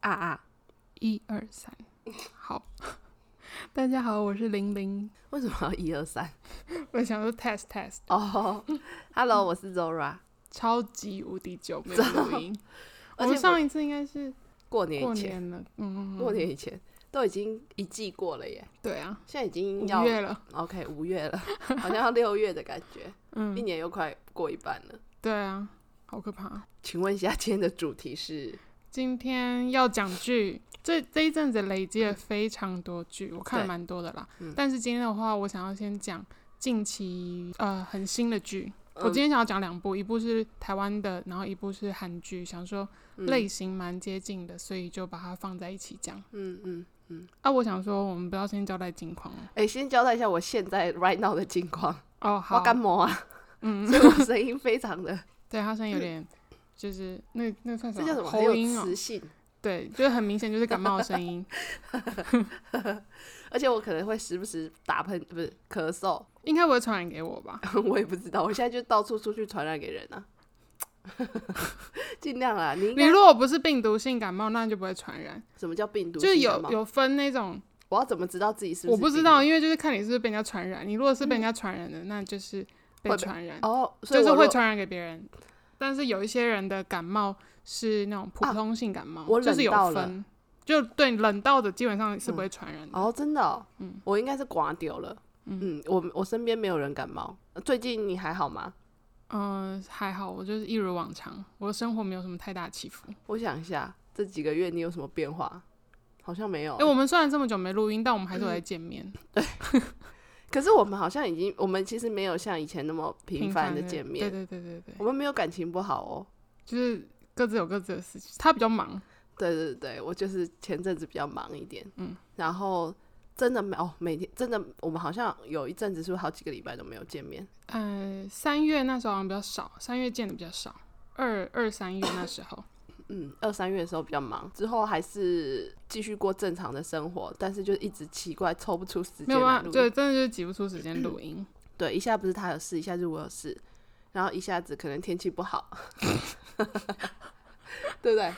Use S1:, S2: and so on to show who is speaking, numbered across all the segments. S1: 啊啊，一二三， 好，大家好，我是玲玲，
S2: 为什么要一二三？
S1: 我想说 test test，
S2: 哦、h e l l o 我是 Zora。
S1: 超级无敌久没有录音，我
S2: 而且
S1: 们
S2: 我
S1: 上一次应该是
S2: 过年
S1: 过
S2: 以前，
S1: 年了，嗯，
S2: 过年以前都已经一季过了耶，
S1: 对啊，
S2: 现在已
S1: 五
S2: 经要
S1: 月了，
S2: OK 五月了， 好像要六月的感觉，一
S1: 嗯，
S2: 年又快过一半了。
S1: 对啊，好可怕。
S2: 请问一下，今天的主题是？
S1: 今天要讲剧，这这一阵子累积了非常多剧，我看了
S2: 对
S1: 蛮多的啦。
S2: 嗯
S1: 但是今天的话，我想要先讲近期呃很新的剧。我
S2: 嗯
S1: 今天想要讲两部，一部是台湾的，然后一部是韩剧，想说类型蛮接近的，所以就把它放在一起讲。
S2: 嗯嗯，
S1: 啊，我想说，我们不要先交代近况了
S2: 哎、先交代一下我现在 right now 的近况。
S1: 哦，
S2: 我
S1: 好，
S2: 干毛 啊，
S1: 嗯，
S2: 所以我声音非常的，
S1: 对他声音有点，就是那那算什
S2: 这叫什么？很
S1: 喉音
S2: 有
S1: 哦、
S2: 磁性。
S1: 对，就是很明显就是感冒的 声音，
S2: 而且我可能会时不时打喷，不是咳嗽，
S1: 应该不会传染给我吧？
S2: 我也不知道，我现在就到处出去传染给人啊， 尽量啦。你应
S1: 你
S2: 该
S1: 如果不是病毒性感冒，那就不会传染。
S2: 什么叫病毒
S1: 就
S2: 性
S1: 是
S2: 感
S1: 有
S2: 冒？
S1: 有分那种，
S2: 我要怎么知道自己是不
S1: 我
S2: 是？
S1: 不知道，。因为就是看你是不是被人家传染。你如果是被人家传染的，那就是被
S2: 会被
S1: 传染，
S2: 哦，所以
S1: 就
S2: 我
S1: 是
S2: 如
S1: 会传染给别人。但是有一些人的感冒是那种普
S2: 啊
S1: 通性感冒，
S2: 我
S1: 就是
S2: 冷
S1: 有
S2: 到了
S1: 分，就对冷到的基本上是不会传染的。
S2: 哦，真的、哦，嗯，我应该是刮丢了。嗯，我我身边没有人感冒。最近你还好吗？
S1: 嗯、还好，我就是一如往常，我的生活没有什么太大起伏。
S2: 我想一下，这几个月你有什么变化？好像没有
S1: 哎、。我们虽然这么久没录音，但我们还是有在见面。
S2: 可是我们好像已经，我们其实没有像以前那么频繁的
S1: 地
S2: 见
S1: 对
S2: 面。
S1: 对对对对，
S2: 我们没有感情不好哦。
S1: 就是各自有各自的事情。他比较忙，
S2: 对对对，我就是前阵子比较忙一点，嗯，然后真的没哦，每天真的我们好像有一阵子是不是好几个礼拜都没有见面？
S1: 呃，三月那时候好像比较少，三月见的比较少，二二三月那时 候，
S2: 嗯，二三月的时候比较忙，之后还是继续过正常的生活，但是就一直奇怪抽不出时
S1: 没
S2: 间
S1: 有
S2: 来
S1: 办法，
S2: 录。
S1: 对，真的就是挤不出时间录音。
S2: 对，一下不是他有事，一下就是我有事，然后一下子可能天气不好， 对不对？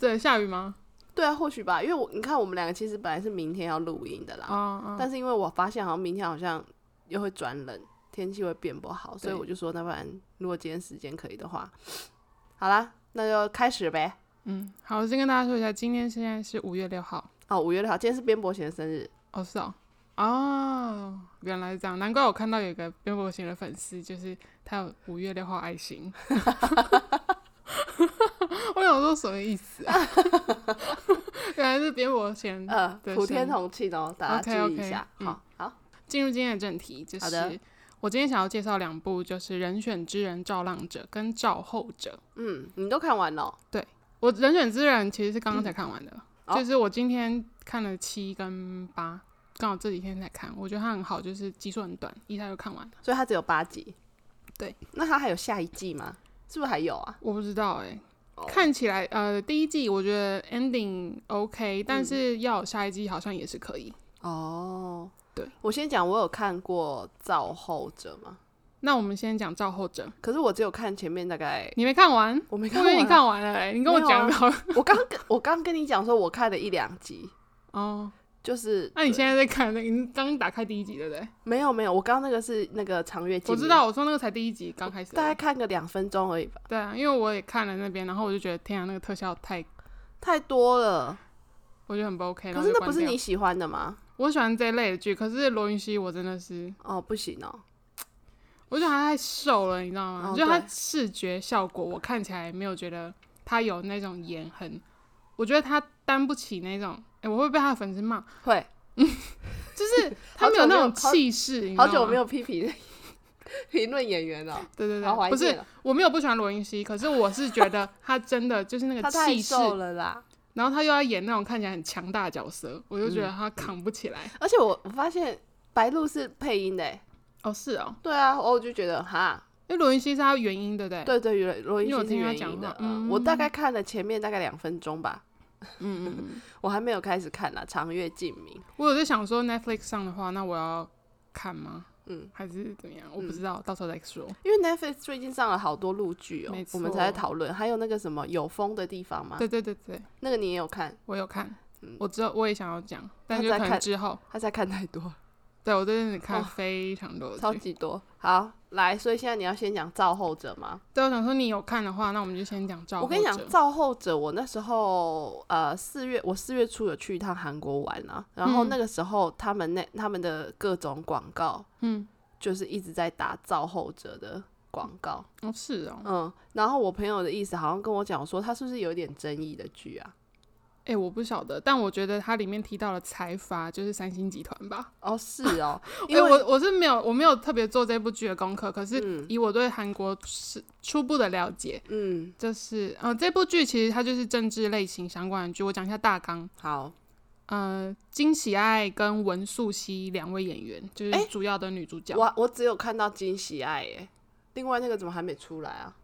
S1: 对，下雨吗？
S2: 对啊，或许吧，因为我你看我们两个其实本来是明天要录音的啦，
S1: 啊啊，
S2: 但是因为我发现好像明天好像又会转冷，天气会变不好，所以
S1: 对
S2: 我就说，那不然如果今天时间可以的话， 好啦，那就开始呗。
S1: 嗯，好，我先跟大家说一下，今天现在是五月六号，
S2: 哦，五月六号，今天是边伯贤的生日，
S1: 哦，是哦。哦，原来是这样，难怪我看到有一个边伯行的粉丝，就是他有五月六号爱心， 我想说什么意思啊？ 原来是边伯行
S2: 呃，
S1: 嗯对
S2: 普天
S1: 生日
S2: 同庆哦，大家
S1: OK，OK，
S2: 注意一下。
S1: 嗯
S2: 好，好，
S1: 进入今天的正题，就
S2: 好的
S1: 是我今天想要介绍两部，就是《人选之人》《照浪者》跟《照后者》。
S2: 嗯，你都看完了哦、
S1: 我《人选之人》其实是刚刚才看完的，
S2: 哦
S1: 就是我今天看了七跟八，刚好这几天才看，我觉得它很好，就是集数很短，一下就看完了。
S2: 所以它只有八集。
S1: 对，
S2: 那它还有下一季吗？是不是还有啊？
S1: 我不知道哎、
S2: 哦
S1: 看起来呃第一季我觉得 ending OK，但
S2: 嗯
S1: 是要有下一季好像也是可以。
S2: 哦，
S1: 对，
S2: 我先讲，我有看过《造后者》嘛，
S1: 那我们先讲《照后者》，
S2: 可是我只有看前面大概，
S1: 你没看完？
S2: 我没
S1: 我
S2: 看
S1: 以
S2: 完
S1: 为
S2: 啊、
S1: 你看完了哎、你跟我
S2: 没有
S1: 讲
S2: 啊
S1: 好
S2: 我刚跟我刚跟你讲说，我看了一两集，
S1: 哦。
S2: 就是
S1: 那你现在在看那个？你刚打开第一集对不对？
S2: 没有没有，我刚刚那个是那个长月烬明
S1: 我知，道，我说那个才第一集刚开始而已，
S2: 大概看个两分钟而已吧，
S1: 对啊，因为我也看了那边，然后我就觉得天啊，那个特效太，
S2: 太多了。
S1: 我觉得很不 OK。
S2: 可是
S1: 然后就
S2: 那
S1: 关
S2: 不是
S1: 掉
S2: 你，喜欢的吗？
S1: 我喜欢这一类的剧，可是罗云熙我真的是，
S2: 哦，不行哦，
S1: 我觉得他太瘦了，你知道吗？
S2: 哦
S1: 就他
S2: 对
S1: 视觉效果，我看起来没有觉得他有那种眼痕，我觉得他担不起那种，哎、我会被他的粉 丝骂，
S2: 会
S1: 就是他
S2: 好
S1: 没
S2: 久
S1: 有那
S2: 没有
S1: 种
S2: 好
S1: 气势，你
S2: 好
S1: 知
S2: 久
S1: 道
S2: 没
S1: 吗，
S2: 有批评 评论演员了，
S1: 对 对
S2: 好
S1: 对，
S2: 怀
S1: 不
S2: 念
S1: 是
S2: 哦。
S1: 我没有不喜欢罗云熙，可是我是觉得他真的就是那个
S2: 他 太
S1: 气势
S2: 瘦了啦，
S1: 然后他又要演那种看起来很强大的角色，我就觉得他
S2: 嗯
S1: 扛不起来。
S2: 而且我我发现白鹿是配音的欸，
S1: 哦，是哦，
S2: 对啊，我就觉得哈，
S1: 因为罗云熙是他原音，对不对？
S2: 对对，罗罗云
S1: 因为我
S2: 熙是
S1: 听他
S2: 原
S1: 讲
S2: 音的
S1: 话，
S2: 嗯
S1: 嗯
S2: 我大概看了前面大概两分钟吧，
S1: 嗯嗯嗯。
S2: 我还没有开始看啦，长月烬明。
S1: 我有在想说，Netflix 上的话，那我要看吗？
S2: 嗯，
S1: 还是怎么样？我不知道，到时候再说。
S2: 因为 Netflix 最近上了好多陆剧哦
S1: 没，
S2: 我们
S1: 错
S2: 才在讨论，还有那个什么有风的地方吗？
S1: 对对对对，
S2: 那个你也有看，
S1: 我有看
S2: 嗯，
S1: 我知道我也想要讲，但
S2: 那
S1: 就
S2: 再
S1: 可能
S2: 看
S1: 之后。
S2: 他在看太 多，
S1: 对我最近
S2: 哦
S1: 看非常多的
S2: 超
S1: 剧
S2: 级多。好，来，所以现在你要先讲《造后者》吗？
S1: 对，我想说你有看的话，那我们就先讲照。
S2: 我跟你讲，《造后者》，我那时候呃四月，我四月初有去一趟韩国玩啊，然后
S1: 嗯
S2: 那个时候他们那他们的各种广告
S1: 嗯，
S2: 就是一直在打《造后者》的广告，
S1: 哦是哦，
S2: 嗯，然后我朋友的意思好像跟我讲说，他是不是有点争议的剧啊？
S1: 哎、我不晓得，但我觉得它里面提到了财阀，就是三星集团吧。
S2: 哦，是 哦，因
S1: 因
S2: 为、
S1: 我我是没有我没有特别做这部剧的功课，可是
S2: 嗯
S1: 以我对韩国是初步的了解，
S2: 嗯，
S1: 就是呃这部剧其实它就是政治类型相关的剧。我讲一下大纲，
S2: 好，
S1: 呃，金喜爱跟文素汐两位演员就是
S2: 诶
S1: 主要的女主角。
S2: 我我只有看到金喜爱耶，另外那个怎么还没出来啊？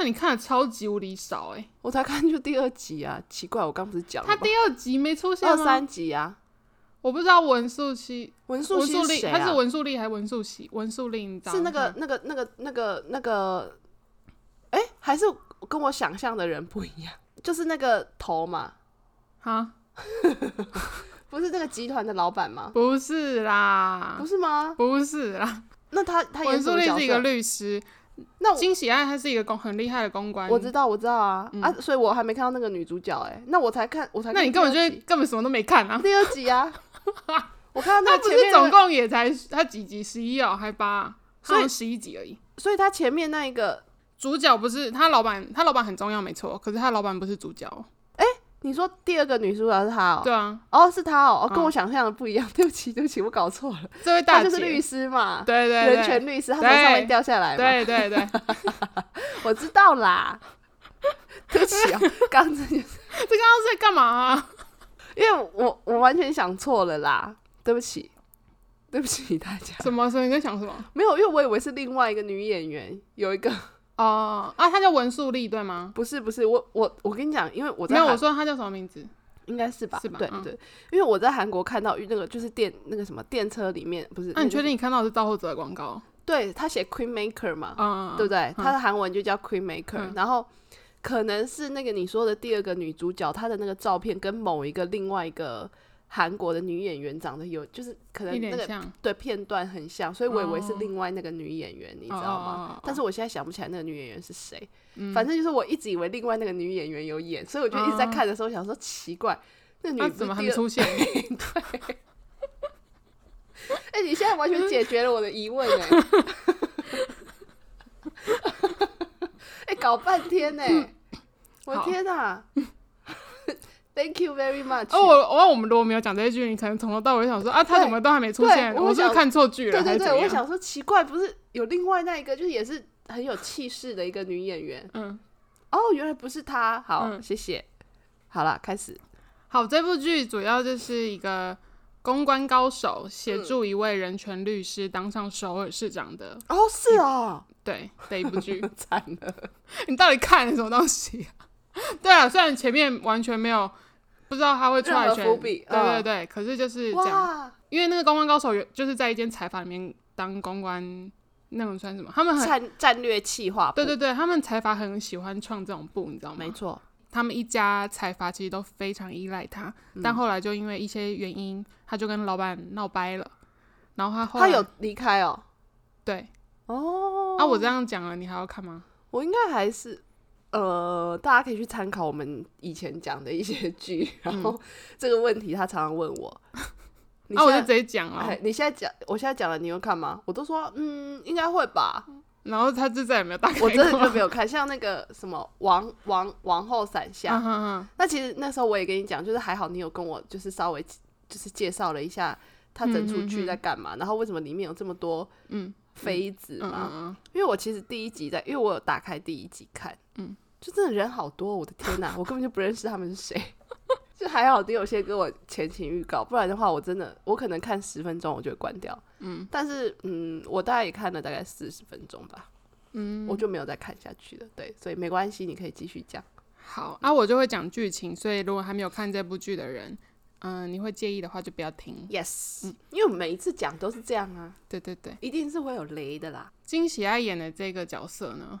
S1: 那你看的超级无敌少哎、
S2: 我才看就第二集啊，奇怪，我刚不是讲了
S1: 她
S2: 吗？
S1: 第二集没出现
S2: 二
S1: 吗？
S2: 三集啊，
S1: 我不知道文素汐。
S2: 文素
S1: 文
S2: 汐
S1: 素
S2: 是
S1: 丽，
S2: 谁
S1: 她是
S2: 啊？
S1: 文素丽还是文素汐？文素丽，你知道
S2: 是那个
S1: 吗
S2: 那个那个那个那个，哎、还是跟我想象的人不一样，就是那个头嘛，
S1: 哈？
S2: 不是那个集团的老板吗？
S1: 不是啦
S2: 不，是吗？
S1: 不是啦。
S2: 那他他演
S1: 文
S2: 什
S1: 素
S2: 么
S1: 丽
S2: 角
S1: 是一个
S2: 色？
S1: 律师，
S2: 那我
S1: 金喜爱她是一个公很厉害的公关。
S2: 我知道我知道啊、啊，所以我还没看到那个女主角哎、那我才看我才看
S1: 嗯那你根本就
S2: 第二
S1: 是
S2: 集
S1: 根本什么都没看啊！
S2: 第二集 啊，我看到
S1: 她
S2: 那
S1: 不
S2: 个前
S1: 是
S2: 面、
S1: 总
S2: 那个，
S1: 共也才她几集？十一哦，还八啊，
S2: 所以
S1: 好像十一集而已。
S2: 所以他前面那一个，
S1: 主角不是她老板，她老板很重要没错，可是她老板不是主角哦。
S2: 你说第二个女主角是他哦、
S1: 对啊，
S2: 哦，是他哦，哦跟
S1: 嗯
S2: 我想象的不一样， 对不起，对不起，我搞错了。
S1: 这位
S2: 他
S1: 大姐
S2: 就是律师嘛，
S1: 对对
S2: 人
S1: 对
S2: 权律师，他从上面
S1: 对
S2: 掉下来嘛。
S1: 对 对对，
S2: 我知道 啦。对不起啊，刚才就是
S1: 他是干嘛啊？
S2: 因为我我完全想错了啦，对不起，对不起大家。
S1: 什么？所以你在想什么？
S2: 没有，因为我以为是另外一个女演员，有一个
S1: 哦啊，她叫文素丽对吗？
S2: 不是不是，我我我跟你讲，因为我在
S1: 没有，
S2: 韩
S1: 我说她叫什么名字？
S2: 应该是吧，
S1: 是吧
S2: 对、
S1: 嗯
S2: 对，因为我在韩国看到那个就是电那个什么电车里面不是？
S1: 啊那、你确
S2: 个？
S1: 定你看到的是造后者的广告？
S2: 对他写 Queen Maker 嘛，
S1: 嗯，
S2: 对不
S1: 对？
S2: 对？它的韩文就叫 Queen Maker，、
S1: 嗯
S2: 然后可能是那个你说的第二个女主角，她的那个照片跟某一个另外一个韩国的女演员长得有，就是可能
S1: 一
S2: 那
S1: 点
S2: 个
S1: 像，
S2: 对片段很像，所以我以为是
S1: 哦
S2: 另外那个女演员，你
S1: 你
S2: 知道吗？
S1: 吗
S2: 但是我现在想不起来那个女演员是谁，
S1: 嗯
S2: 反正就是我一直以为另外那个女演员有演，所以我就一直在看的时候想说奇怪，那女
S1: 哦那
S2: 不是
S1: 啊怎么还
S2: 第
S1: 没
S2: 二？
S1: 出现？
S2: 哎、你现在完全解决了我的疑问 哎、欸，哎、搞半天呢、我的
S1: 嗯好
S2: 天哪、Thank you very much。
S1: 哦，我我我们如果没有讲这一句，你可能从头到尾想说啊，他
S2: 对
S1: 怎么都还没出现？
S2: 对我会
S1: 我是不
S2: 想
S1: 是看错剧了？
S2: 对
S1: 还
S2: 对
S1: 是怎
S2: 对，
S1: 么
S2: 我
S1: 样？
S2: 想说奇怪，不是有另外那一个，就是也是很有气势的一个女演员
S1: 嗯，
S2: 哦，原来不是她。好，
S1: 嗯
S2: 谢谢。好了，开始。
S1: 好，这部剧主要就是一个公关高手
S2: 嗯
S1: 协助一位人权律师当上首尔市长的，
S2: 哦，是哦，
S1: 对的一部剧。
S2: 惨了。
S1: 你到底看了什么东西、啊？ 对啊，虽然前面完全没有不知道他会出来
S2: 任何
S1: 选，
S2: 伏
S1: 对
S2: 笔
S1: 对
S2: 嗯
S1: 对，可是就是这样。
S2: 哇，
S1: 因为那个公关高手有就是在一间财阀里面当公关，那种算什么？他们很
S2: 战战略气化。
S1: 对，对对，他们财阀很喜欢创这种布，你知道吗
S2: 没？错。
S1: 他们一家财阀其实都非常依赖他，
S2: 嗯
S1: 但后来就因为一些原因，他就跟老板闹掰了。然后他后来
S2: 她有离开哦。
S1: 对
S2: 哦，
S1: 啊，我这样讲了，你还要看吗？
S2: 我应该还是呃，大家可以去参考我们以前讲的一些剧， 然后这个问题他常常问我。你
S1: 嗯
S2: 现
S1: 啊，我就
S2: 在
S1: 直接讲了
S2: 哎，。你现在讲，我现在讲了，你有看吗？我都说，嗯，应该会 吧。
S1: 然后他就再也没有打开
S2: 我
S1: 过。
S2: 真的就没有看，像那个什么王王王后伞下，
S1: 啊哈哈
S2: 那其实那时候我也跟你讲，就是还好你有跟我就是稍微就是介绍了一下他整出剧在干嘛，然后为什么里面有这么多
S1: 嗯
S2: 妃子
S1: 嗯
S2: 嘛，
S1: 嗯嗯，
S2: 因为我其实第一集在，因为我有打开第一集看，
S1: 嗯，
S2: 就真的人好多，我的天 哪，我根本就不认识他们是谁。 就还好你有先跟我前情预告，不然的话我真的我可能看十分钟我就会关掉，嗯，但是嗯，我大概也看了大概四十分钟吧，嗯，我就没有再看下去了，对，所以没关系，你可以继续讲。
S1: 好啊，我就会讲剧情，所以如果还没有看这部剧的人，嗯、你会介意的话就不要听。
S2: Yes，、因为
S1: 嗯
S2: 我们每一次讲都是这样啊，
S1: 对对对，
S2: 一定是会有雷的啦。
S1: 金喜爱演的这个角色呢，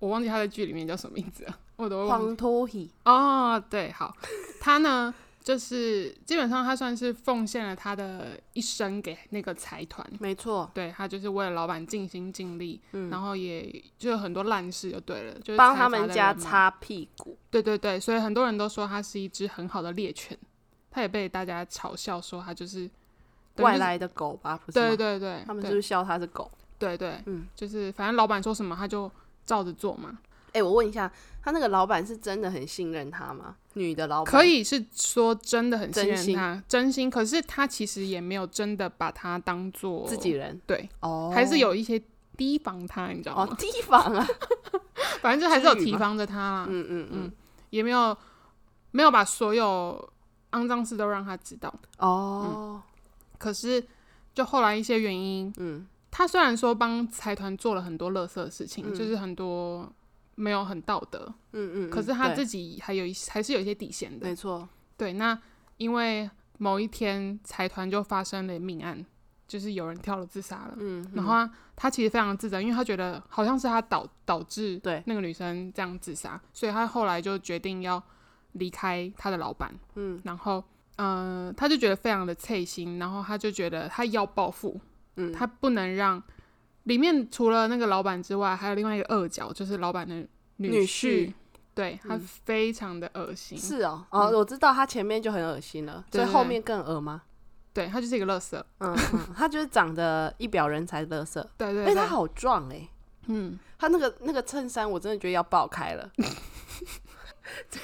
S1: 我忘记他在剧里面叫什么名字了，我都会忘记。
S2: 黄托喜，
S1: 哦，对，好，他呢就是基本上他算是奉献了他的一生给那个财团，
S2: 没错，
S1: 对他就是为了老板尽心尽力，
S2: 嗯
S1: 然后也就有很多烂事就对了，就是
S2: 帮
S1: 财
S2: 他
S1: 阀
S2: 们
S1: 的
S2: 家
S1: 人嘛
S2: 擦屁股。
S1: 对对对，所以很多人都说它是一只很好的猎犬，它也被大家嘲笑说它就是等于
S2: 外
S1: 是
S2: 来的狗吧，不是吗
S1: 对对对，
S2: 他们是
S1: 对
S2: 不是笑他是狗？
S1: 对对，
S2: 嗯
S1: 就是反正老板说什么他就照着做嘛。
S2: 哎、我问一下，他那个老板是真的很信任他吗？女的老板
S1: 可以是说真的很信
S2: 真
S1: 任
S2: 心
S1: 他，真心，可是他其实也没有真的把他当做
S2: 自己，人
S1: 对，
S2: 哦，
S1: 还是有一些提防他，你知道
S2: 哦
S1: 吗？
S2: 提防啊，
S1: 反正就还是有
S2: 至于
S1: 提
S2: 吗
S1: 防着他啦，
S2: 嗯嗯嗯
S1: 嗯，也没有没有把所有肮脏事都让他知道。
S2: 哦，
S1: 可是就后来一些原因，
S2: 嗯
S1: 他虽然说帮财团做了很多垃圾的事情，
S2: 嗯
S1: 就是很多没有很道德，
S2: 嗯嗯，
S1: 可是他
S2: 对
S1: 自己还有一还是有一些底线的
S2: 没。错，
S1: 对，那因为某一天财团就发生了命案，就是有人跳楼自杀了。
S2: 嗯，嗯
S1: 然后他他其实非常自责，因为他觉得好像是他导导致
S2: 对
S1: 那个女生这样自杀，所以他后来就决定要离开他的老板。
S2: 嗯
S1: 然后，呃，他就觉得非常的脆心，然后他就觉得他要报复，
S2: 嗯，
S1: 他不能让里面除了那个老板之外，还有另外一个恶角，就是老板的女
S2: 女
S1: 婿，
S2: 婿
S1: 对他
S2: 嗯
S1: 非常的恶心，
S2: 是哦，哦，
S1: 嗯
S2: 我知道他前面就很恶心了，所
S1: 对
S2: 以
S1: 对
S2: 后
S1: 对
S2: 面更恶吗？
S1: 对他就是一个乐色，
S2: 嗯，嗯他就是长得一表人才的垃圾，
S1: 对对
S2: 哎、
S1: 对，
S2: 他好壮哎、
S1: 嗯，
S2: 他那个那个衬衫我真的觉得要爆开了，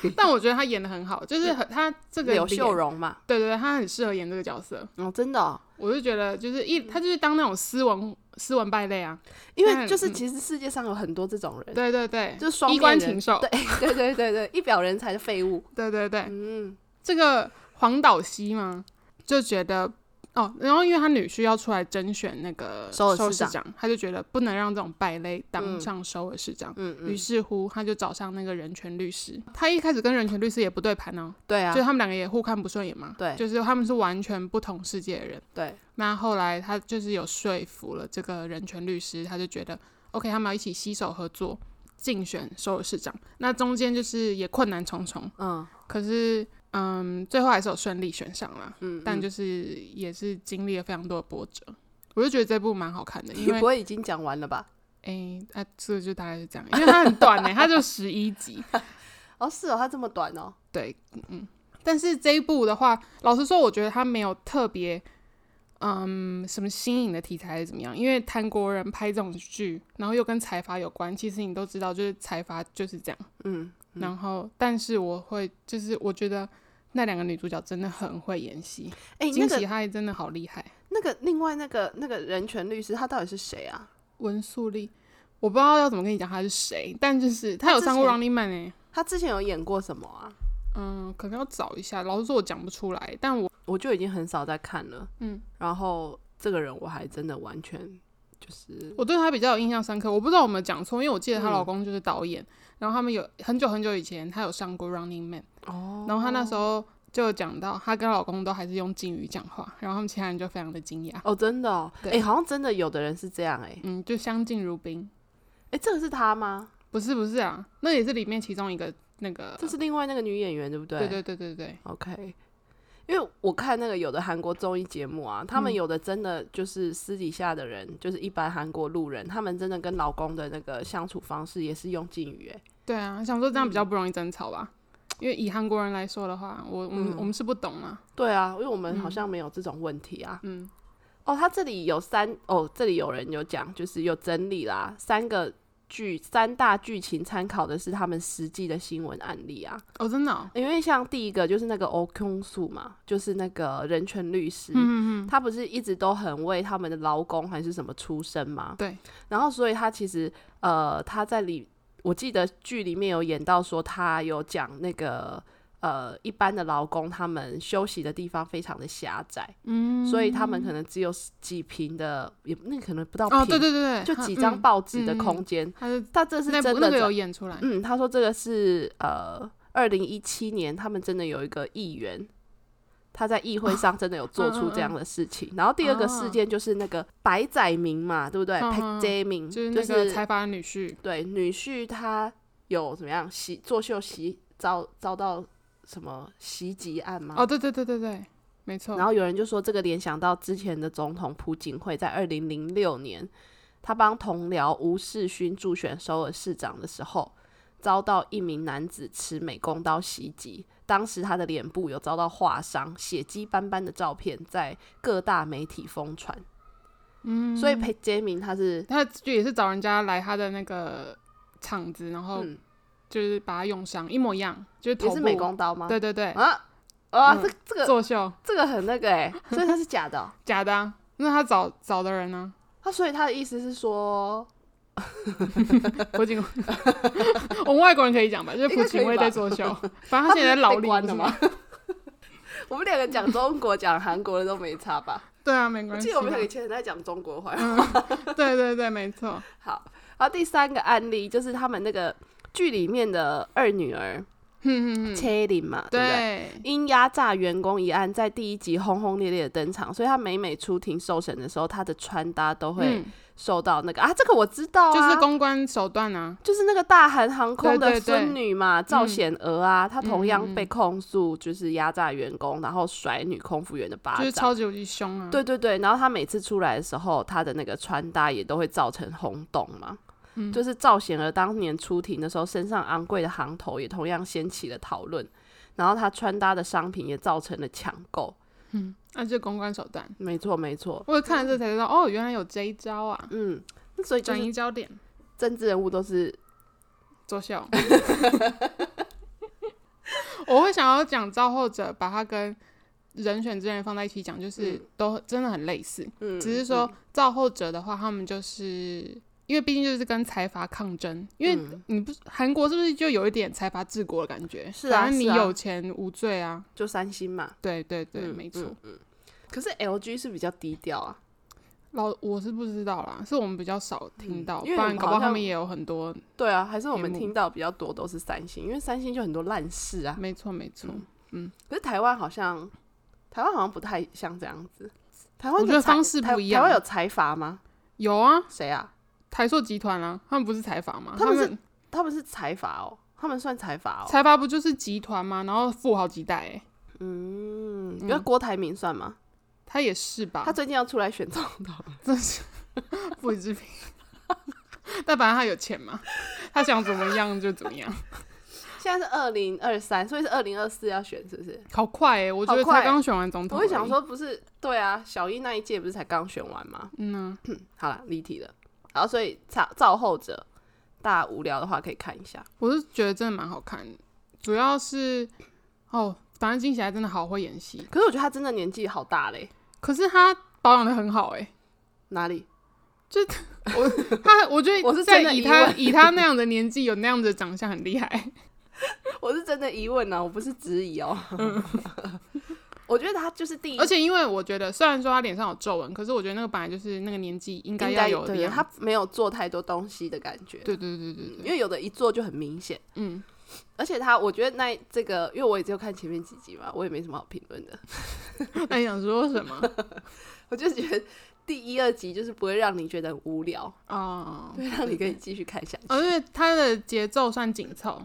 S2: 嗯
S1: 但我觉得他演的很好，就是很他这个
S2: 柳秀
S1: 脸，
S2: 荣嘛，
S1: 对对对，他很适合演这个角色，
S2: 哦，真的、哦，
S1: 我就觉得就是一
S2: 嗯
S1: 他就是当那种斯文斯文败类啊，
S2: 因为
S1: 但
S2: 就是
S1: 嗯
S2: 其实世界上有很多这种人，
S1: 对对对，
S2: 就是双
S1: 衣
S2: 面
S1: 冠
S2: 人
S1: 禽兽，
S2: 对对对对对，一表人才的废 物。
S1: 对对对，
S2: 嗯，
S1: 这个黄岛熙嘛，就觉得哦，然后因为他女婿要出来甄选那个
S2: 首尔市
S1: 首市
S2: 长
S1: 长，他就觉得不能让这种败类当
S2: 嗯
S1: 上首尔市长。
S2: 嗯
S1: 于是乎，他就找上那个人权律师。他一开始跟人权律师也不对盘哦呢、
S2: 对啊
S1: 就，他们两个也互看不顺眼嘛。
S2: 对
S1: 就是他们是完全不同世界的人。
S2: 对，
S1: 那后来他就是有说服了这个人权律师，他就觉得 OK，他们要一起携手合作竞选首尔市长。那中间就是也困难重重，
S2: 嗯
S1: 可是，嗯，最后还是有顺利选上了，
S2: 嗯，
S1: 但
S2: 嗯
S1: 就是也是经历了非常多的波折。我就觉得这部蛮好看的，因
S2: 你
S1: 为
S2: 不会已经讲完了吧？
S1: 哎，啊，这个就大概是这样，因为它很短呢、它就十一集。
S2: 哦，是哦，它这么短哦，
S1: 对，嗯，但是这一部的话，老实说，我觉得它没有特别，嗯，什么新颖的题材还是怎么样，因为韩国人拍这种剧，然后又跟财阀有关，其实你都知道，就是财阀就是这样。
S2: 嗯，嗯
S1: 然后，但是我会，就是我觉得那两个女主角真的很会演戏。
S2: 哎，那
S1: 金喜啊
S2: 个
S1: 爱真的好厉害，
S2: 那个另外那个那个人权律师他到底是谁啊？
S1: 文素丽，我不知道要怎么跟你讲她是谁，但就是她有上过
S2: 之
S1: 《Running Man、欸》
S2: 他之前有演过什么啊？
S1: 嗯，可能要找一下。老实说，我讲不出来，但我
S2: 我就已经很少在看了，
S1: 嗯，
S2: 然后这个人我还真的完全就是
S1: 我对她比较有印象深刻。我不知道有没有讲错，因为我记得她
S2: 嗯
S1: 老公就是导演，然后他们有很久很久以前，她有上过《Running Man》，
S2: 哦
S1: 然后她那时候就有讲到，她跟老公都还是用敬语讲话，然后他们其他人就非常的惊讶，
S2: 哦真的哦，
S1: 对
S2: 哎，好像真的有的人是这样哎，
S1: 嗯，就相敬如宾。
S2: 哎，这个是他吗？
S1: 不是不是啊，那也是里面其中一个那个，
S2: 这是另外那个女演员对不对？
S1: 呃对对对对对，
S2: OK，因为我看那个有的韩国综艺节目啊，他们
S1: 嗯
S2: 有的真的就是私底下的人，就是一般韩国路人，他们真的跟老公的那个相处方式也是用敬语，哎，
S1: 对啊，想说这样比较
S2: 嗯
S1: 不容易争吵吧，因为以韩国人来说的话，我我们、
S2: 嗯
S1: 我们是不懂嘛，
S2: 对啊，因为我们好
S1: 嗯
S2: 像没有这种问题啊。
S1: 嗯，
S2: 哦，他这里有三哦，这里有人有讲，就是有整理啦，三个剧三大剧情参考的是他们实际的新闻案例啊，
S1: 哦，真的、哦，
S2: 因为像第一个就是那个 o k u n s u 嘛，就是那个人权律师，
S1: 嗯嗯
S2: 她不是一直都很为他们的劳工还是什么出身吗？
S1: 对。
S2: 然后，所以她其实呃，她在里，我记得剧里面有演到说，她有讲那个呃，一般的劳工他们休息的地方非常的狭窄，
S1: 嗯，
S2: 所以他们可能只有几平的，也那可能不到平，
S1: 哦，对对对对，
S2: 就
S1: 他
S2: 几张
S1: 嗯
S2: 报纸的
S1: 嗯嗯
S2: 空间。
S1: 他是
S2: 但这是
S1: 那
S2: 真的
S1: 部那个
S2: 在
S1: 有演出来，
S2: 嗯，他说这个是呃，二零一七年他们真的有一个议员，他在议会上真的有做
S1: 嗯
S2: 出这样的事情。然后第二个事件就是那个白载明嘛，对不对？
S1: 哦嗯
S2: 白
S1: 嗯
S2: 载明
S1: 就是
S2: 就
S1: 那个
S2: 是
S1: 财阀的女婿，
S2: 对女婿他有怎么样袭作秀袭遭遭到什么袭击案吗？
S1: 哦，对对对对对，没错，
S2: 啊然后有人就说这个联想到之前的总统朴槿惠在二零零六年，他帮同僚吴世勋助选首尔市长的时候，遭到一名男子持美工刀袭击，当时他的脸部有遭到划伤，血迹斑斑的照片在各大媒体疯传。
S1: 嗯，
S2: 所以裴杰明他是
S1: 他就也是找人家来他的那个厂子，然后
S2: 嗯
S1: 就是把他用伤，一模一样，就是哦头
S2: 也
S1: 部
S2: 是美工刀吗？
S1: 对对对，
S2: 啊啊，
S1: 嗯
S2: 这这个
S1: 作秀
S2: 这个很那个哎、所以他是假的哦、
S1: 假的、啊，那他找找的人呢、
S2: 他所以他的意思是说，
S1: 朴槿惠，我们外国人可以讲吧，就是
S2: 应该
S1: 朴
S2: 可以
S1: 槿惠
S2: 吧
S1: 在作 秀，反正他现在在牢
S2: 被
S1: 里
S2: 关了
S1: 不是
S2: 吗？ 我们两个讲中国讲韩国的都没差吧？
S1: 对啊， 没
S2: 我
S1: 关
S2: 记
S1: 系
S2: 得
S1: 嘛。
S2: 我们两个以前在讲中国话。
S1: 对对对，没错。
S2: 好，然后第三个案例就是他们那个剧里面的二女儿
S1: 嗯嗯嗯，
S2: 啊切林嘛，对不对？
S1: 对，
S2: 因压榨员工一案在第一集轰轰烈烈的登场，所以她每每出庭受审的时候，她的穿搭都会
S1: 嗯，
S2: 受到那个、啊，这个我知道啊，
S1: 就是公关手段啊。
S2: 就是那个大韩航空
S1: 对
S2: 的
S1: 对对
S2: 孙女嘛，赵显娥啊，她同
S1: 嗯嗯
S2: 样
S1: 嗯
S2: 被控诉就是压榨员工，然后甩女空服员的巴掌，
S1: 就是超级无敌凶啊！
S2: 对对对，然后她每次出来的时候，她的那个穿搭也都会造成轰动嘛。
S1: 嗯
S2: 就是赵显儿当年出庭的时候，身上昂贵的行头也同样掀起了讨论，然后她穿搭的商品也造成了抢购。
S1: 啊，就是公关手段。
S2: 没错，没错，
S1: 我看了这才知道，哦，原来有这一招啊！
S2: 嗯，那所以就
S1: 转
S2: 是
S1: 移焦点，
S2: 政治人物都是
S1: 作秀。我会想要讲造后者，把它跟人选之人放在一起讲，就是
S2: 嗯
S1: 都真的很类似，
S2: 嗯，
S1: 只是说造后者的话，他们就是。因为毕竟就是跟财阀抗争，因为
S2: 嗯
S1: 你不是韩国是不是就有一点财阀治国的感觉？
S2: 是啊
S1: 反正你
S2: 是啊
S1: 有钱无罪啊。
S2: 就三星嘛，
S1: 对对对，
S2: 嗯
S1: 没错。
S2: 嗯可是 LG 是比较低调啊，
S1: 嗯老我是不知道啦，是我们比较少听
S2: 嗯
S1: 到，
S2: 因为
S1: 不
S2: 我
S1: 然
S2: 们
S1: 搞
S2: 好
S1: 不好他
S2: 像
S1: 们也有很多。
S2: 对啊，还是我们
S1: 屏幕
S2: 听到比较多都是三星，因为三星就很多烂事啊。
S1: 没错没错，
S2: 可是台湾好像，台湾好像不太像这样子。台
S1: 我
S2: 湾
S1: 觉
S2: 的
S1: 得
S2: 财
S1: 方式
S2: 台
S1: 不一样
S2: 台湾有财阀吗？
S1: 有啊，
S2: 谁啊？
S1: 台塑集团啊，他们不是财阀吗？
S2: 他
S1: 他
S2: 们是他们是财阀哦，他们算财阀哦。
S1: 财阀不就是集团吗？然后富豪几代、欸，
S2: 嗯，
S1: 嗯啊
S2: 那郭台铭算吗？
S1: 他也是吧？
S2: 他最近要出来选总统，
S1: 真是不予置评。但反正他有钱嘛，他想怎么样就怎么样，
S2: 现在是二零二三，所以是二零二四要选，是不是？
S1: 好快哎、欸！我觉
S2: 好
S1: 得
S2: 快
S1: 才刚选完总
S2: 我
S1: 统，
S2: 会想，说，不是对啊，小英那一届不是才刚选完吗？
S1: 嗯、啊，
S2: 好啦，离题了。然后所以造造后者，大家无聊的话可以看一下。
S1: 我是觉得真的蛮好看的，主要是哦，反正金喜爱真的好会演戏，
S2: 可是我觉得他真的年纪好大嘞，
S1: 可是他保养的很好 哎、欸
S2: 哪里？
S1: 我他，我觉得
S2: 我是
S1: 在
S2: 真的
S1: 以
S2: 疑
S1: 他
S2: 问
S1: 以他那样的年纪有那样的长相很厉害，
S2: 我是真的疑问啊呢、我不是质疑哦。 我觉得他就是第一，
S1: 嗯而且因为我觉得虽然说他脸上有皱纹，可是我觉得那个本来就是那个年纪应该
S2: 应
S1: 要
S2: 该
S1: 有的
S2: 对啊
S1: 样
S2: 他
S1: 子
S2: 没有做太多东西的感觉，
S1: 对对对对对，
S2: 因为有的一做就很明显。
S1: 嗯，
S2: 而且他，我觉得那这个，因为我也只有看前面几集嘛，我也没什么好评论的。
S1: 那你想说 什么
S2: 我就觉得第一、二集就是不会让你觉得很无聊，
S1: 哦，
S2: 会让你可以继续看下去。
S1: 哦，因为他的节奏算紧凑，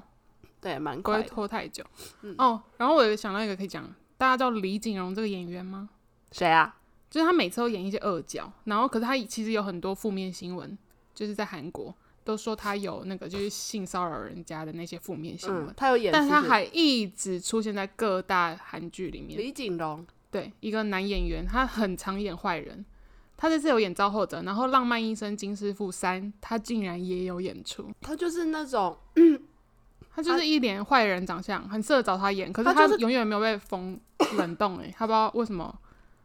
S2: 对，蛮
S1: 不会
S2: 快的。
S1: 拖太久。
S2: 嗯
S1: 哦，然后我有想到一个可以讲，大家知道李锦荣这个演员吗？
S2: 谁啊？
S1: 就是他每次都演一些恶角，然后可是他其实有很多负面新闻，就是在韩国都说他有那个就是性骚扰人家的那些负面新闻。
S2: 嗯，他有演，
S1: 但
S2: 是
S1: 他
S2: 不是
S1: 还一直出现在各大韩剧里面。
S2: 李锦荣，
S1: 对，一个男演员，他很常演坏人。他这次有演《造后者》，然后《浪漫医生金师傅三》，他竟然也有演出。
S2: 他就是那种
S1: 他就是一脸坏人长相，很适合找他演。可是
S2: 他
S1: 他
S2: 就是
S1: 永远没有被封冷冻哎、他不知道为什么，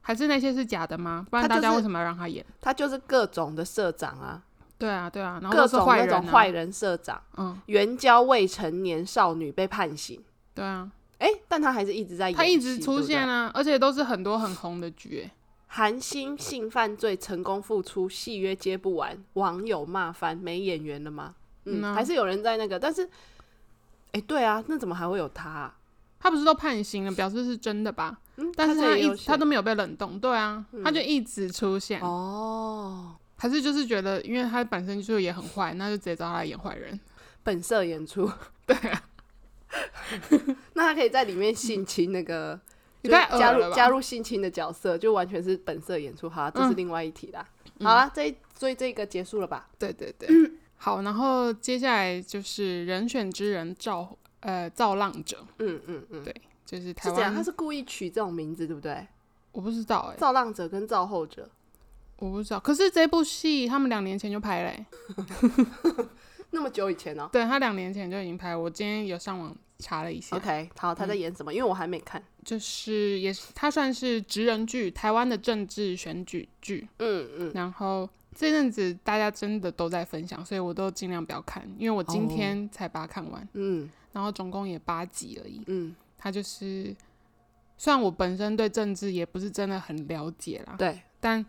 S1: 还是那些是假的吗？不然
S2: 他
S1: 大
S2: 就是
S1: 家为什么要让他演？
S2: 他就是各种的社长啊，
S1: 对啊，对啊，然后
S2: 各
S1: 都是
S2: 种
S1: 坏
S2: 那
S1: 人、啊，
S2: 种坏人社长，
S1: 嗯，
S2: 援交未成年少女被判刑。
S1: 对啊，
S2: 哎、但他还是一直在演戏，
S1: 他一直
S2: 对
S1: 出
S2: 不对
S1: 现啊，而且都是很多很红的剧、欸，
S2: 韩星性犯罪成功复出，戏约接不完，网友骂翻没演员了吗？嗯，
S1: 嗯啊
S2: 还是有人在那个，但是，哎、对啊，那怎么还会有他啊、
S1: 他不是都判刑了，表示是真的吧？
S2: 嗯，
S1: 但是
S2: 这
S1: 他
S2: 也
S1: 一
S2: 有嗯
S1: 直他
S2: 写
S1: 都没有被冷冻，对啊，他就一直出现，
S2: 哦，
S1: 还是就是觉得，因为他本身就也很坏，那就直接找他来演坏人。
S2: 本色演出， 对啊。那他可以在里面性侵那个，
S1: 也
S2: 就
S1: 太恶
S2: 加
S1: 呃了
S2: 入
S1: 吧
S2: 加入性侵的角色，就完全是本色演出。好啊、这是另外一题啦。
S1: 嗯
S2: 好啊，这一所以这个结束了吧？
S1: 对对 对，好，然后接下来就是人选之人造呃造浪者，
S2: 嗯嗯嗯，
S1: 对就是台
S2: 是这样，他
S1: 湾，
S2: 是故意取这种名字，对不对？
S1: 我不知道哎、
S2: 造浪者跟造后者，
S1: 我不知道。可是这部戏他们两年前就拍嘞、欸，
S2: 那么久以前哦。
S1: 对他两年前就已经拍，我今天有上网查了一下，
S2: OK，好，
S1: 嗯
S2: 他在演什么？因为我还没看。
S1: 就是也是它算是职人剧，台湾的政治选举剧。
S2: 嗯嗯，
S1: 然后这阵子大家真的都在分享，所以我都尽量不要看，因为我
S2: 哦
S1: 今天才把它看完，
S2: 嗯
S1: 然后总共也八集而已。
S2: 嗯，
S1: 它就是，虽然我本身对政治也不是真的很了解啦，
S2: 嗯对，
S1: 但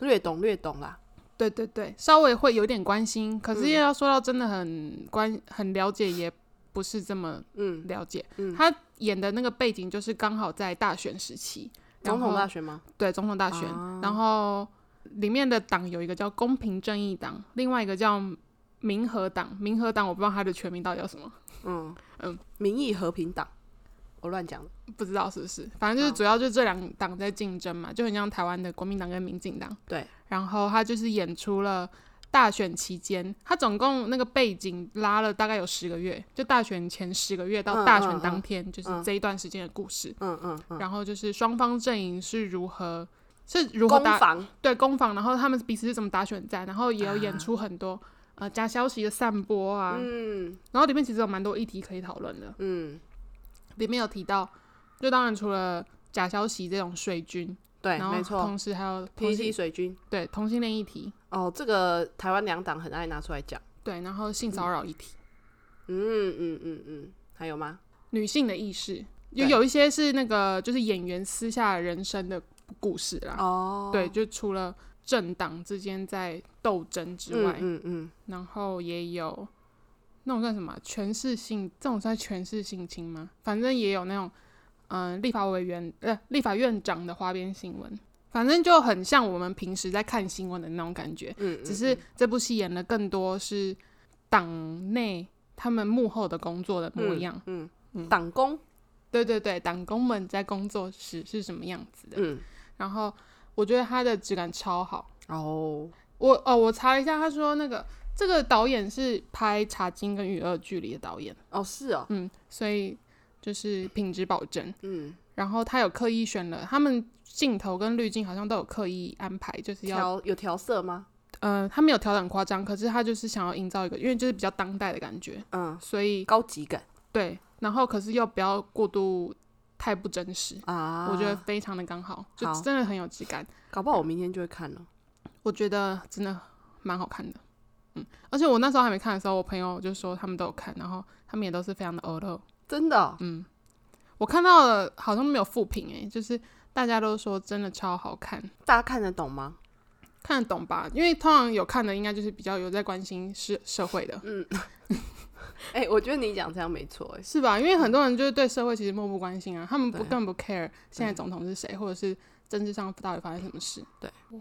S2: 略懂略懂啦。
S1: 对对对，稍微会有点关心，可
S2: 嗯
S1: 是要说到真的很关很了解，也不是这么
S2: 嗯，
S1: 了解。
S2: 嗯
S1: 他演的那个背景就是刚好在大选时期，然
S2: 总统
S1: 后
S2: 大学吗？
S1: 对总统大选，
S2: 啊
S1: 然后里面的党有一个叫公平正义党，另外一个叫民和党。民和党我不知道它的全名到底叫什么，
S2: 嗯
S1: 嗯，
S2: 民意和平党，我乱讲的。
S1: 不知道是不是，反正就是
S2: 好
S1: 主要就是这两党在竞争嘛，就很像台湾的国民党跟民进党。
S2: 对，
S1: 然后他就是演出了。大选期间，他总共那个背景拉了大概有十个月，就大选前十个月
S2: 嗯
S1: 到大
S2: 嗯
S1: 选
S2: 嗯
S1: 当天，就是
S2: 嗯
S1: 这一段时间的故事。
S2: 嗯嗯嗯，
S1: 然后就是双方阵营是如何是如何
S2: 攻
S1: 打
S2: 防
S1: 对攻防，然后他们彼此是怎么打选战，然后也有演出很多、呃假消息的散播啊，
S2: 嗯
S1: 然后里面其实有蛮多议题可以讨论的，
S2: 嗯，
S1: 里面有提到，就当然除了假消息这种水军，
S2: 对，
S1: 然后
S2: 没错 E
S1: 同时还有同
S2: ，PPT
S1: 性
S2: 水军
S1: 对同性恋议题，
S2: 哦，这个台湾两党很爱拿出来讲。
S1: 对，然后性骚扰议题，
S2: 嗯嗯嗯嗯，还有吗？
S1: 女性的意识，有
S2: 对
S1: 有一些是那个就是演员私下人生的故事啦，
S2: 哦
S1: 啊对，就除了政党之间在斗争之
S2: 嗯
S1: 外，
S2: 嗯嗯，
S1: 然后也有那种算什么权势性，这种算权势性侵吗？反正也有那种，嗯、立法委员呃，立法院长的花边新闻，反正就很像我们平时在看新闻的那种感觉，
S2: 嗯嗯
S1: 只是这部戏演的更多是党内他们幕后的工作的模样，
S2: 嗯嗯，党工，
S1: 对对对，党工们在工作时是什么样子的。
S2: 嗯，
S1: 然后我觉得它的质感超好，
S2: 哦，
S1: 我哦，我查了一下，他说那个这个导演是拍《茶金》跟《与恶距离》的导演，
S2: 哦是哦，
S1: 嗯，所以就是品质保证。
S2: 嗯，
S1: 然后他有刻意选了，他们镜头跟滤镜好像都有刻意安排，就是要，
S2: 调有调色吗？
S1: 呃，他没有调得很夸张，可是他就是想要营造一个，因为就是比较当代的感觉，
S2: 嗯，
S1: 所以
S2: 高级感
S1: 对，然后可是又不要过度太不真实，
S2: 啊，
S1: 我觉得非常的刚好，就
S2: 好
S1: 真的很有质感。
S2: 搞不好我明天就会看了。
S1: 我觉得真的蛮好看的，嗯，而且我那时候还没看的时候，我朋友就说他们都有看，然后他们也都是非常的欧乐，
S2: 真的哦、
S1: 嗯，我看到了好像没有负评诶，就是大家都说真的超好看，
S2: 大家看得懂吗？
S1: 看得懂吧？因为通常有看的应该就是比较有在关心社社会的，
S2: 嗯哎、我觉得你讲这样没错、哎，
S1: 是吧？因为很多人就是对社会其实漠不关心啊，他们不
S2: 对
S1: 更不 care 现在总统是谁，或者是政治上到底发生什么事，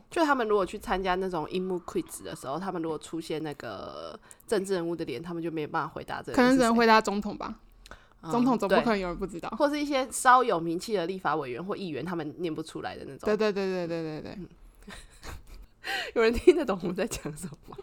S2: 就他们如果去参加那种樱幕 quiz 的时候，他们如果出现那个政治人物的脸，他们就没办法回答这个人是谁。
S1: 可能只能回答总统吧，
S2: 嗯
S1: 总统总不
S2: 对
S1: 可能有人不知道。
S2: 或是一些稍有名气的立法委员或议员，他们念不出来的那
S1: 对
S2: 种。
S1: 对对对对对对。
S2: 有人听得懂我们在讲什么吗？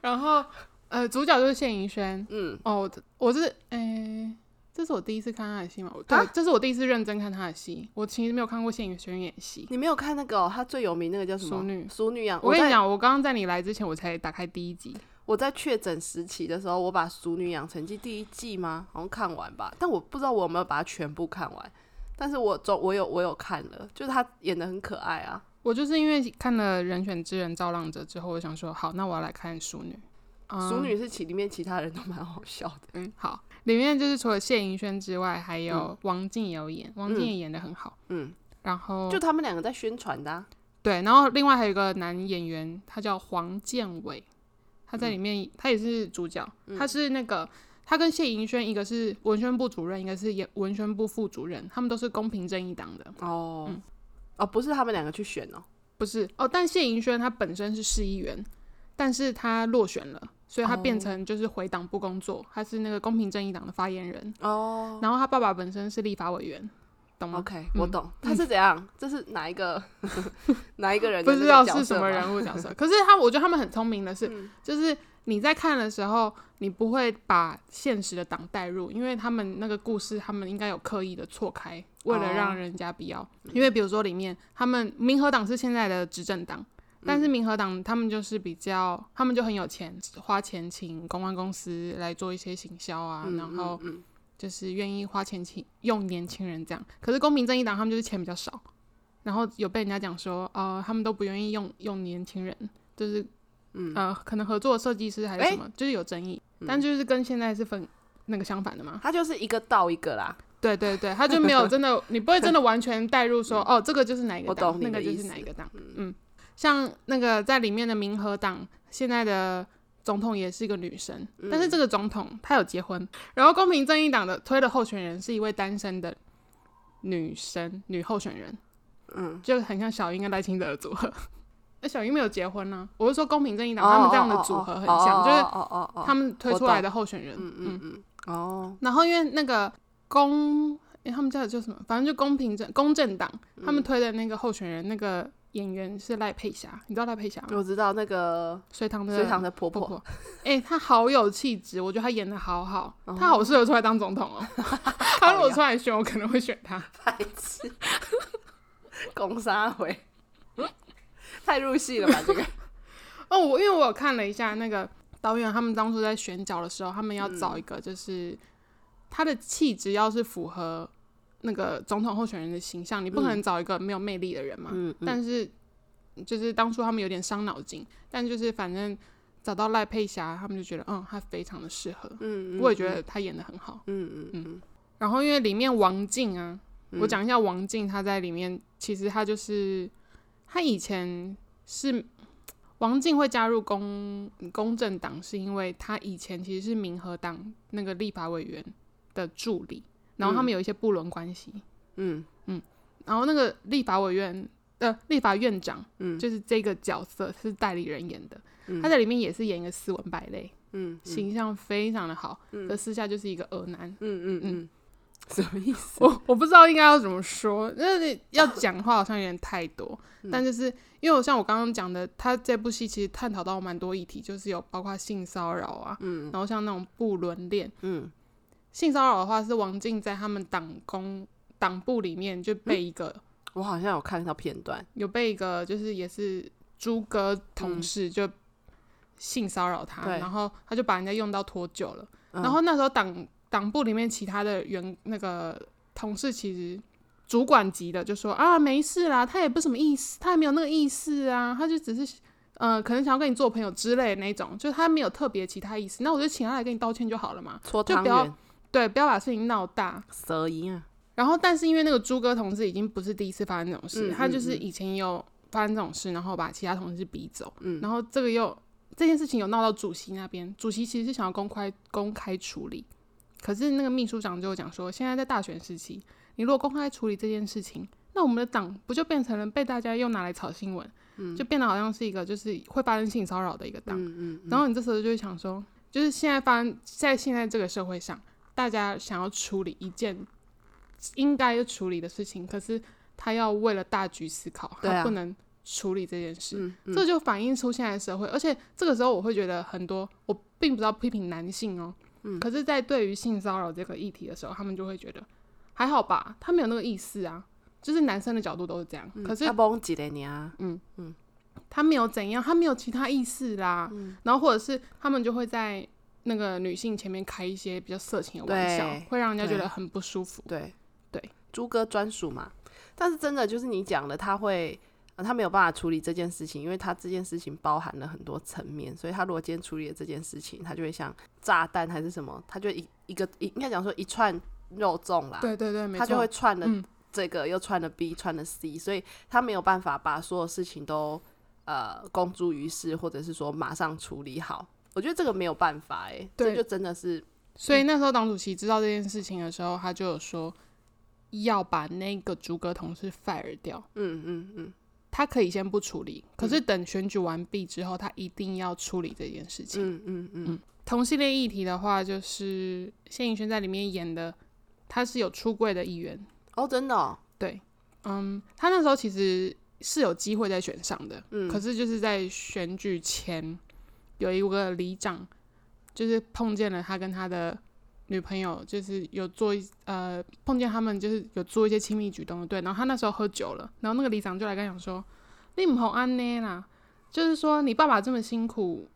S1: 然后呃，主角就是谢盈萱。
S2: 嗯，
S1: 哦，我我是诶、这是我第一次看她的戏嘛？我
S2: 啊
S1: 对，这是我第一次认真看她的戏。我其实没有看过谢盈萱演戏。
S2: 你没有看那个、哦，他最有名那个叫什么？
S1: 淑女
S2: 淑女养。
S1: 我跟
S2: 啊在
S1: 你，讲，我刚刚在你来之前，我才打开第一集。
S2: 我在确诊时期的时候，我把《淑女养成记》第一季吗？好像看完吧，但我不知道我有没有把它全部看完。但是我总我有我有看了，就是他演的很可爱啊。
S1: 我就是因为看了《人选之人造浪者》之后，我想说，好，那我要来看《淑女》嗯。
S2: 淑女是其里面其他人都蛮好笑的。
S1: 嗯，好，里面就是除了谢盈萱之外，还有王静也有演，王静也演的很好。
S2: 嗯，
S1: 然后
S2: 就他们两个在宣传的啊、
S1: 对，然后另外还有一个男演
S2: 嗯
S1: 员，他叫黄建伟，他在里面、他也是主角，他是那个他跟谢盈萱一个是文宣部主任，一个是也文宣部副主任，他们都是公平正义党的，
S2: 哦，哦，不是他们两个去选哦，
S1: 不是哦。但谢盈萱她本身是市议员，但是她落选了，所以她变
S2: 哦
S1: 成就是回党部工作，她是那个公平正义党的发言人。
S2: 哦
S1: 然后她爸爸本身是立法委员，懂吗？嗯
S2: ，OK，我懂，他是怎样？这是哪一个 哪一个人？
S1: 不知道是什么。人物 角色。可是他，我觉得他们很聪明的是，
S2: 嗯
S1: 就是你在看的时候，你不会把现实的党带入，因为他们那个故事，他们应该有刻意的错开，为了
S2: 哦嗯
S1: 让人家不要。因为比如说里面，他们民和党是现在的执政党。但
S2: 嗯
S1: 是民和党他们就是比较，他们就很有钱，花钱请公关公司来做一些行销啊，
S2: 嗯
S1: 然后
S2: 嗯
S1: 就是愿意花钱请用年轻人这样。可是公平正义党他们就是钱比较少，然后有被人家讲说，呃，他们都不愿意用用年轻人，就是
S2: 嗯，嗯
S1: 呃，可能合作的设计师还是
S2: 诶
S1: 什么，就是有争议。
S2: 嗯
S1: 但就是跟现在是分那个相反的嘛。
S2: 他就是一个到一个啦。
S1: 对对对，他就 没有真的，你不会真的完全带入说，哦，这个就是哪一个
S2: 嗯我
S1: 党，
S2: 懂
S1: 那
S2: 你
S1: 个
S2: 的
S1: 就
S2: 意
S1: 是
S2: 思
S1: 哪一个党。嗯，像那个在里面的民和党现在的总统也是一个女生，
S2: 嗯
S1: 但是这个总统她有结婚，然后公平正义党的推的候选人是一位单身的女生女候选人，
S2: 嗯，
S1: 就很像小英跟赖清德的组合。 那小英没有结婚呢、我是说公平正义党他们这样的组合很像，就是
S2: 哦哦哦，
S1: 他们推
S2: 我
S1: 出来
S2: 懂
S1: 的候选人，
S2: 嗯嗯嗯，哦，
S1: 然后因为那个公，诶他们叫叫什么？反正就公平正公正党，
S2: 嗯
S1: 他们推的那个候选人，那个演员是赖佩霞，你知道赖佩霞吗？
S2: 我知道那个
S1: 隋唐的
S2: 隋唐的婆
S1: 婆
S2: 婆，
S1: 婆，哎、她好有气质，我觉得她演的好好，
S2: 哦
S1: 她好适合出来当总 统哦。她如果出来选，我可能会选她。
S2: 白痴， 拱杀回，太入戏了吧？这 个，
S1: 哦，我因为我有看了一下那个导演，他们当初在选角的时候，他们要找一
S2: 嗯
S1: 个就是他的气质要是符合那个总统候选人的形象，你不可能找一个没有魅力的人嘛。
S2: 嗯
S1: 但是就是当初他们有点伤脑筋，但就是反正找到赖佩霞，他们就觉得嗯，她非常的适合，
S2: 嗯
S1: 我也觉，得她演的很好。
S2: 嗯嗯嗯，
S1: 然后因为里面王静啊，
S2: 嗯
S1: 我讲一下王静，她在里面其实她就是她以前是王静会加入公公正党，是因为她以前其实是民和党那个立法委员的助理，然后他们有一些不伦关系，
S2: 嗯
S1: 然后那个立法委员呃立法院长
S2: 嗯
S1: 就是这个角色是代理人演的，
S2: 嗯
S1: 他在里面也是演一个斯文败类，
S2: 嗯，
S1: 形象非常的好，
S2: 嗯
S1: 可私下就是一个恶男。
S2: 嗯嗯嗯，什么意思？
S1: 我我不知道应该要怎么说，因为要讲话好像有点太多。
S2: 嗯
S1: 但就是因为我像我刚刚讲的，他这部戏其实探讨到蛮多议题，就是有包括性骚扰啊，
S2: 嗯
S1: 然后像那种不伦恋。
S2: 嗯
S1: 性骚扰的话是王静在他们党工党部里面就
S2: 嗯
S1: 被一个、
S2: 我好像有看到片段，
S1: 有被一个就是也是猪哥同事就性骚扰他，
S2: 嗯对
S1: 然后他就把人家用到脱臼了。
S2: 嗯
S1: 然后那时候党党部里面其他的员那个同事其实主管级的就说啊没事啦，他也不是什么意思，他也没有那个意思啊，他就只是呃可能想要跟你做朋友之类的那种，就是他没有特别其他意思，那我就请他来跟你道歉就好了嘛，
S2: 搓
S1: 就
S2: 汤
S1: 不要
S2: 圆，
S1: 对，不要把事情闹大。
S2: 蛇啊一样，
S1: 然后，但是因为那个朱哥同事已经不是第一次发生这种事，
S2: 嗯
S1: 他
S2: 嗯
S1: 就是
S2: 嗯
S1: 以前也有发生这种事，然后把其他同事逼走。
S2: 嗯
S1: 然后这个又这件事情有闹到主席那边，主席其实是想要公开公开处理，可是那个秘书长就讲说，现在在大选时期，你如果公开处理这件事情，那我们的党不就变成了被大家又拿来炒新闻，就变得好像是一个就是会发生性骚扰的一个党。
S2: 嗯嗯，
S1: 然后你这时候就会想说，就是现在发生在现在这个社会上，大家想要处理一件应该处理的事情，可是他要为了大局思考，
S2: 对啊
S1: 他不能处理这件事。
S2: 嗯嗯
S1: 这就反映出现在的社会，而且这个时候我会觉得很多，我并不知道批评男性哦，
S2: 嗯
S1: 可是，在对于性骚扰这个议题的时候，他们就会觉得还好吧，他没有那个意思啊，就是男生的角度都是这样，可是嗯
S2: 阿崩几的你啊，
S1: 他没有怎样，他没有其他意思啦。然后或者是他们就会在那个女性前面开一些比较色情的玩笑
S2: 对，
S1: 会让人家觉
S2: 对
S1: 得很不舒服。
S2: 对
S1: 对，
S2: 猪哥专属嘛。但是真的就是你讲的，他会、呃他没有办法处理这件事情，因为他这件事情包含了很多层面，所以他如果今天处理了这件事情，他就会像炸弹还是什么，他就一一个一应该讲说一串肉粽啦，
S1: 对对对，没
S2: 他就
S1: 错
S2: 会。串了
S1: 嗯
S2: 这个、又串了 B 串了 C，所以他没有办法把所有事情都呃公诸于世，或者是说马上处理好。我觉得这个没有办法哎、欸，
S1: 对
S2: 这就真的是
S1: 所以那时候党主席知道这件事情的时候，他就有说要把那个逐格同事 fire 掉，
S2: 嗯嗯嗯，
S1: 他可以先不处理，可是等选举完毕之后，他一定要处理这件事情。
S2: 嗯嗯嗯，
S1: 同性恋议题的话，就是谢颖轩在里面演的，他是有出柜的议员，
S2: 哦，真的哦，
S1: 对，嗯，他那时候其实是有机会再选上的，
S2: 嗯
S1: 可是就是在选举前有一个里长，就是碰见了他跟他的女朋友，就是有做一呃碰见他们就是有做一些亲密举动的，对，然后他那时候喝酒了，然后那个里长就来跟他讲说，你唔好安呢啦，就是说你爸爸这么辛苦。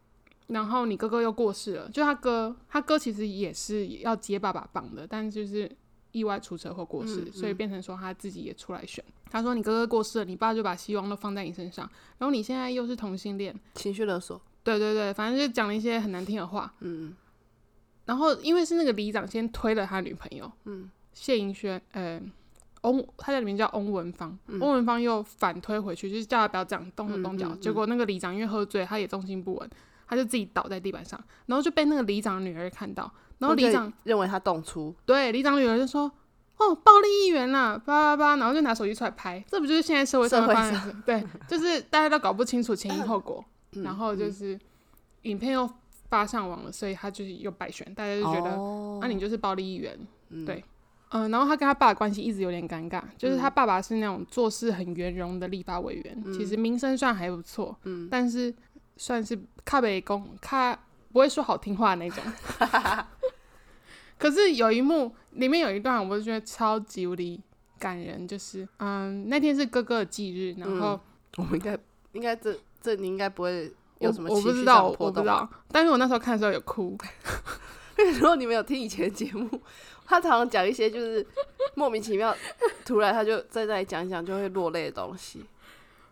S1: 然后你哥哥又过世了，就他哥，他哥其实也是要接爸爸棒的，但就是意外出车祸过世，
S2: 嗯
S1: 所以变成说他自己也出来选。他说：“你哥哥过世了，你爸就把希望都放在你身上，然后你现在又是同性恋，
S2: 情绪勒索，
S1: 对对对，反正就讲了一些很难听的话。
S2: 嗯
S1: 然后因为是那个里长先推了他女朋友，
S2: 嗯
S1: 谢盈萱，呃，翁，他在里面叫翁文芳，翁、文芳又反推回去，就是叫他不要这样动手动
S2: 嗯
S1: 脚。
S2: 嗯嗯嗯
S1: 结果那个里长因为喝醉，他也重心不稳，他就自己倒在地板上，然后就被那个里长的女儿看到，然
S2: 哦
S1: 后里长
S2: 认为他动粗，
S1: 对，里长女儿就说：“哦，暴力议员啦，叭叭叭！”然后就拿手机出来拍，这不就是现在社会上
S2: 社会
S1: 发生的事？对，就是大家都搞不清楚前因后果，
S2: 嗯
S1: 然后就是影片又发上网了，所以他就是又败选，大家就觉得、
S2: 哦
S1: 啊，你就是暴力议员。
S2: 嗯
S1: 对嗯、然后他跟他爸的关系一直有点尴尬，就是他爸爸是那种做事很圆融的立法委员，其实名声算还不错，
S2: 嗯
S1: 但是算是靠北公靠不会说好听 话那种。可是有一幕里面有一段，我就觉得超级无敌感人，就是嗯，那天是哥哥的忌日，
S2: 嗯
S1: 然后
S2: 我们应该应该这这你应该不会
S1: 我、
S2: 有什么
S1: 我不
S2: 情
S1: 知
S2: 绪
S1: 道，
S2: 上
S1: 我
S2: 波
S1: 不知
S2: 动。
S1: 道，但是我那时候看的时候有哭，
S2: 如果你没有听以前的节目，他常常讲一些就是莫名其妙，突然他就在那里讲一讲就会落泪的东西。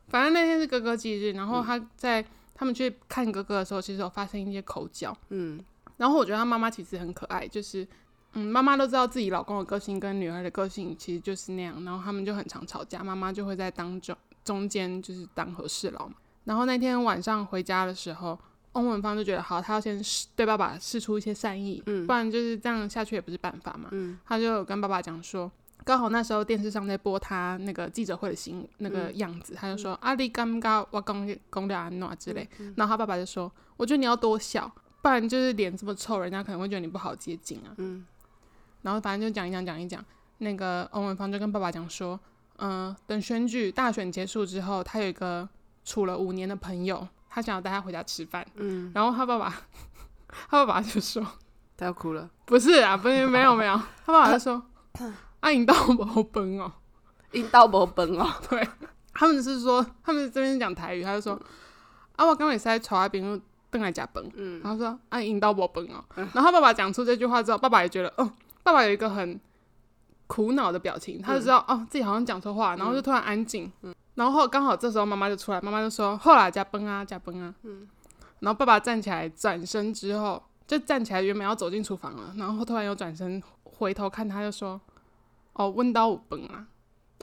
S1: 反正那天是哥哥忌日，然后他在、他们去看哥哥的时候，其实有发生一些口角，
S2: 嗯
S1: 然后我觉得她妈妈其实很可爱，就是嗯，妈妈都知道自己老公的个性跟女儿的个性其实就是那样，然后他们就很常吵架，妈妈就会在当中中间就是当和事佬嘛。然后那天晚上回家的时候，翁文芳就觉得好，她要先试对爸爸试出一些善意，
S2: 嗯
S1: 不然就是这样下去也不是办法嘛。
S2: 嗯
S1: 她就有跟爸爸讲说。刚好那时候电视上在播她那个记者会的新那个
S2: 嗯
S1: 样子，她就说阿力尴尬，我公公了安诺之类，
S2: 嗯
S1: 然后他爸爸就说：“我觉得你要多笑，不然就是脸这么臭，人家可能会觉得你不好接近啊。
S2: 嗯，”
S1: 然后反正就讲一讲讲一讲，那个欧文芳就跟爸爸讲说：“嗯、等选举大选结束之后，他有一个处了五年的朋友，他想要带他回家吃饭。”
S2: 嗯，
S1: 然后他爸爸， 他爸爸就说
S2: 他要哭了。：“
S1: 不是啊，不是，没有没有。”他爸爸就说：“啊，你当我好笨哦。”
S2: 阴道不崩哦，
S1: 他们是说，他们这边是讲台语，他就说：“啊，我刚刚也是在朝那边邓来假崩。”
S2: 嗯
S1: 然后说：“啊，引导我崩哦。”然后他爸爸讲出这句话之后，爸爸也觉得，哦，爸爸有一个很苦恼的表情，他就知道、哦自己好像讲错话，然后就突然安静。
S2: 嗯
S1: 然后刚好这时候妈妈就出来，妈妈就说：“后来加崩啊，加崩啊。”
S2: 嗯
S1: 然后爸爸站起来转身之后，就站起来原本要走进厨房了，然后突然又转身回头看他，就说：“哦，问到我崩啊。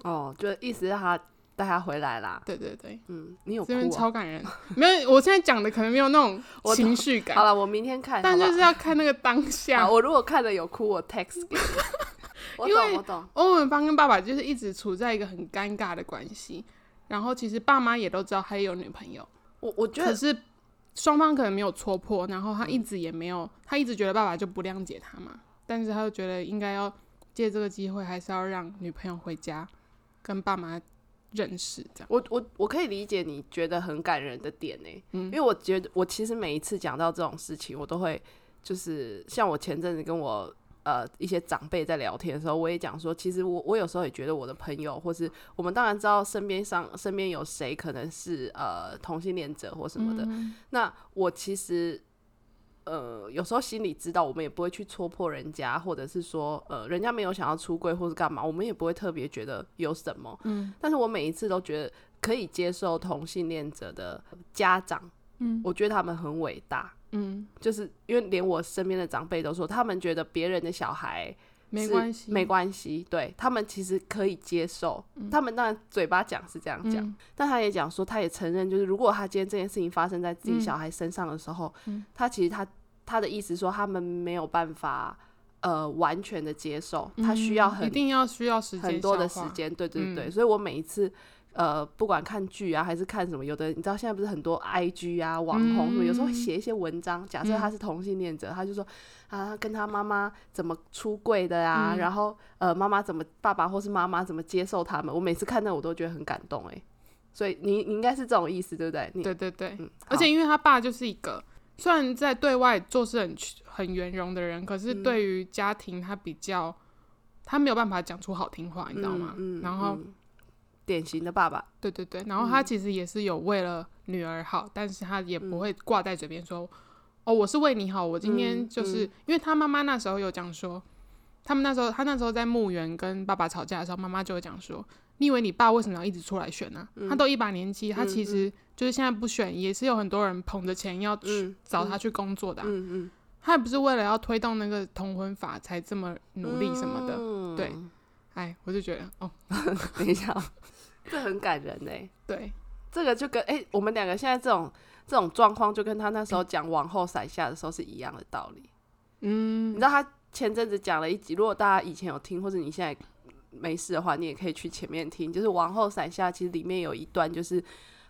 S2: 哦，就意思让他带他回来啦”。
S1: 对对对。
S2: 嗯，你有哭、
S1: 这边
S2: 哦？
S1: 超感人，没有，我现在讲的可能没有那种
S2: 我懂
S1: 情绪
S2: 好
S1: 感，
S2: 了，我明天看。
S1: 但
S2: 好
S1: 就
S2: 吧
S1: 是要看那个当下
S2: 好，。我如果看了有哭，我 text 给你。我
S1: 因为
S2: 懂，我懂。
S1: 欧文芳跟爸爸就是一直处在一个很尴尬的关系，然后其实爸妈也都知道他有女朋友，
S2: 我我觉
S1: 可
S2: 得
S1: 是双方可能没有戳破，然后他一直也没有，他一直觉得爸爸就不谅解他嘛，但是他就觉得应该要借这个机会，还是要让女朋友回家跟爸妈认识，这样
S2: 我我我可以理解你觉得很感人的点呢、
S1: 嗯
S2: 因为我觉得我其实每一次讲到这种事情，我都会就是像我前阵子跟我呃一些长辈在聊天的时候，我也讲说，其实我我有时候也觉得我的朋友或是我们当然知道身边上身边有谁可能是呃同性恋者或什么
S1: 嗯
S2: 的，那我其实。呃，有时候心里知道，我们也不会去戳破人家，或者是说，呃，人家没有想要出柜或是干嘛，我们也不会特别觉得有什么。嗯，但是我每一次都觉得可以接受同性恋者的家长，嗯，我觉得他们很伟大，
S1: 嗯，
S2: 就是因为连我身边的长辈都说，他们觉得别人的小孩
S1: 没
S2: 是
S1: 关系，嗯
S2: 没关系，对他们其实可以接受。他们当然嘴巴讲是这样讲，但他也讲
S1: 嗯
S2: 说，他也承认，就是如果他今天这件事情发生在自己小孩身上的时候，他其实他他的意思说他们没有办法呃完全的接受，他需要
S1: 嗯一
S2: 很
S1: 定要需要时间
S2: 很多的
S1: 消
S2: 时
S1: 化，
S2: 间，对对对，
S1: 嗯
S2: 所以我每一次呃，不管看剧啊，还是看什么，有的你知道现在不是很多 IG 啊网红什么，有时候会
S1: 嗯
S2: 写一些文章，假设他是同性恋者，他就说啊，他跟他妈妈怎么出柜的啊，
S1: 嗯
S2: 然后呃，妈妈怎么爸爸或是妈妈怎么接受他们，我每次看到我都觉得很感动哎、所以你你应该是这种意思对不对？你
S1: 对对对。
S2: 嗯，
S1: 而且因为他爸就是一个虽然在对外做事很很圆融的人，可是
S2: 嗯
S1: 对于家庭他比较他没有办法讲出好听话，
S2: 好
S1: 你知道吗？
S2: 嗯嗯
S1: 然后、
S2: 嗯典型的爸爸，
S1: 对对对，然后他其实也是有为了女儿好，但是他也不会挂在嘴边说，哦，我是为你好，我今天
S2: 嗯
S1: 就是、
S2: 嗯
S1: 因为他妈妈那时候有讲说，他们那时候他那时候在墓园跟爸爸吵架的时候，妈妈就会讲说，你以为你爸为什么要一直出来选呢、
S2: 嗯
S1: 他都一把年纪，他其实就是现在不选，也是有很多人捧着钱要去、
S2: 嗯
S1: 找他去工作的啊、
S2: 嗯嗯，
S1: 他也不是为了要推动那个同婚法才这么努力什么的，
S2: 嗯
S1: 对哎，我就觉得哦，
S2: 等一下，哦这很感人哎、
S1: 对，
S2: 这个就跟哎、我们两个现在这种这种状况，就跟他那时候讲往后闪下的时候是一样的道理。你
S1: 嗯
S2: 知，道他前阵子讲了一集，如果大家以前有听，或者你现在没事的话，你也可以去前面听，就是往后闪下，其实里面有一段就是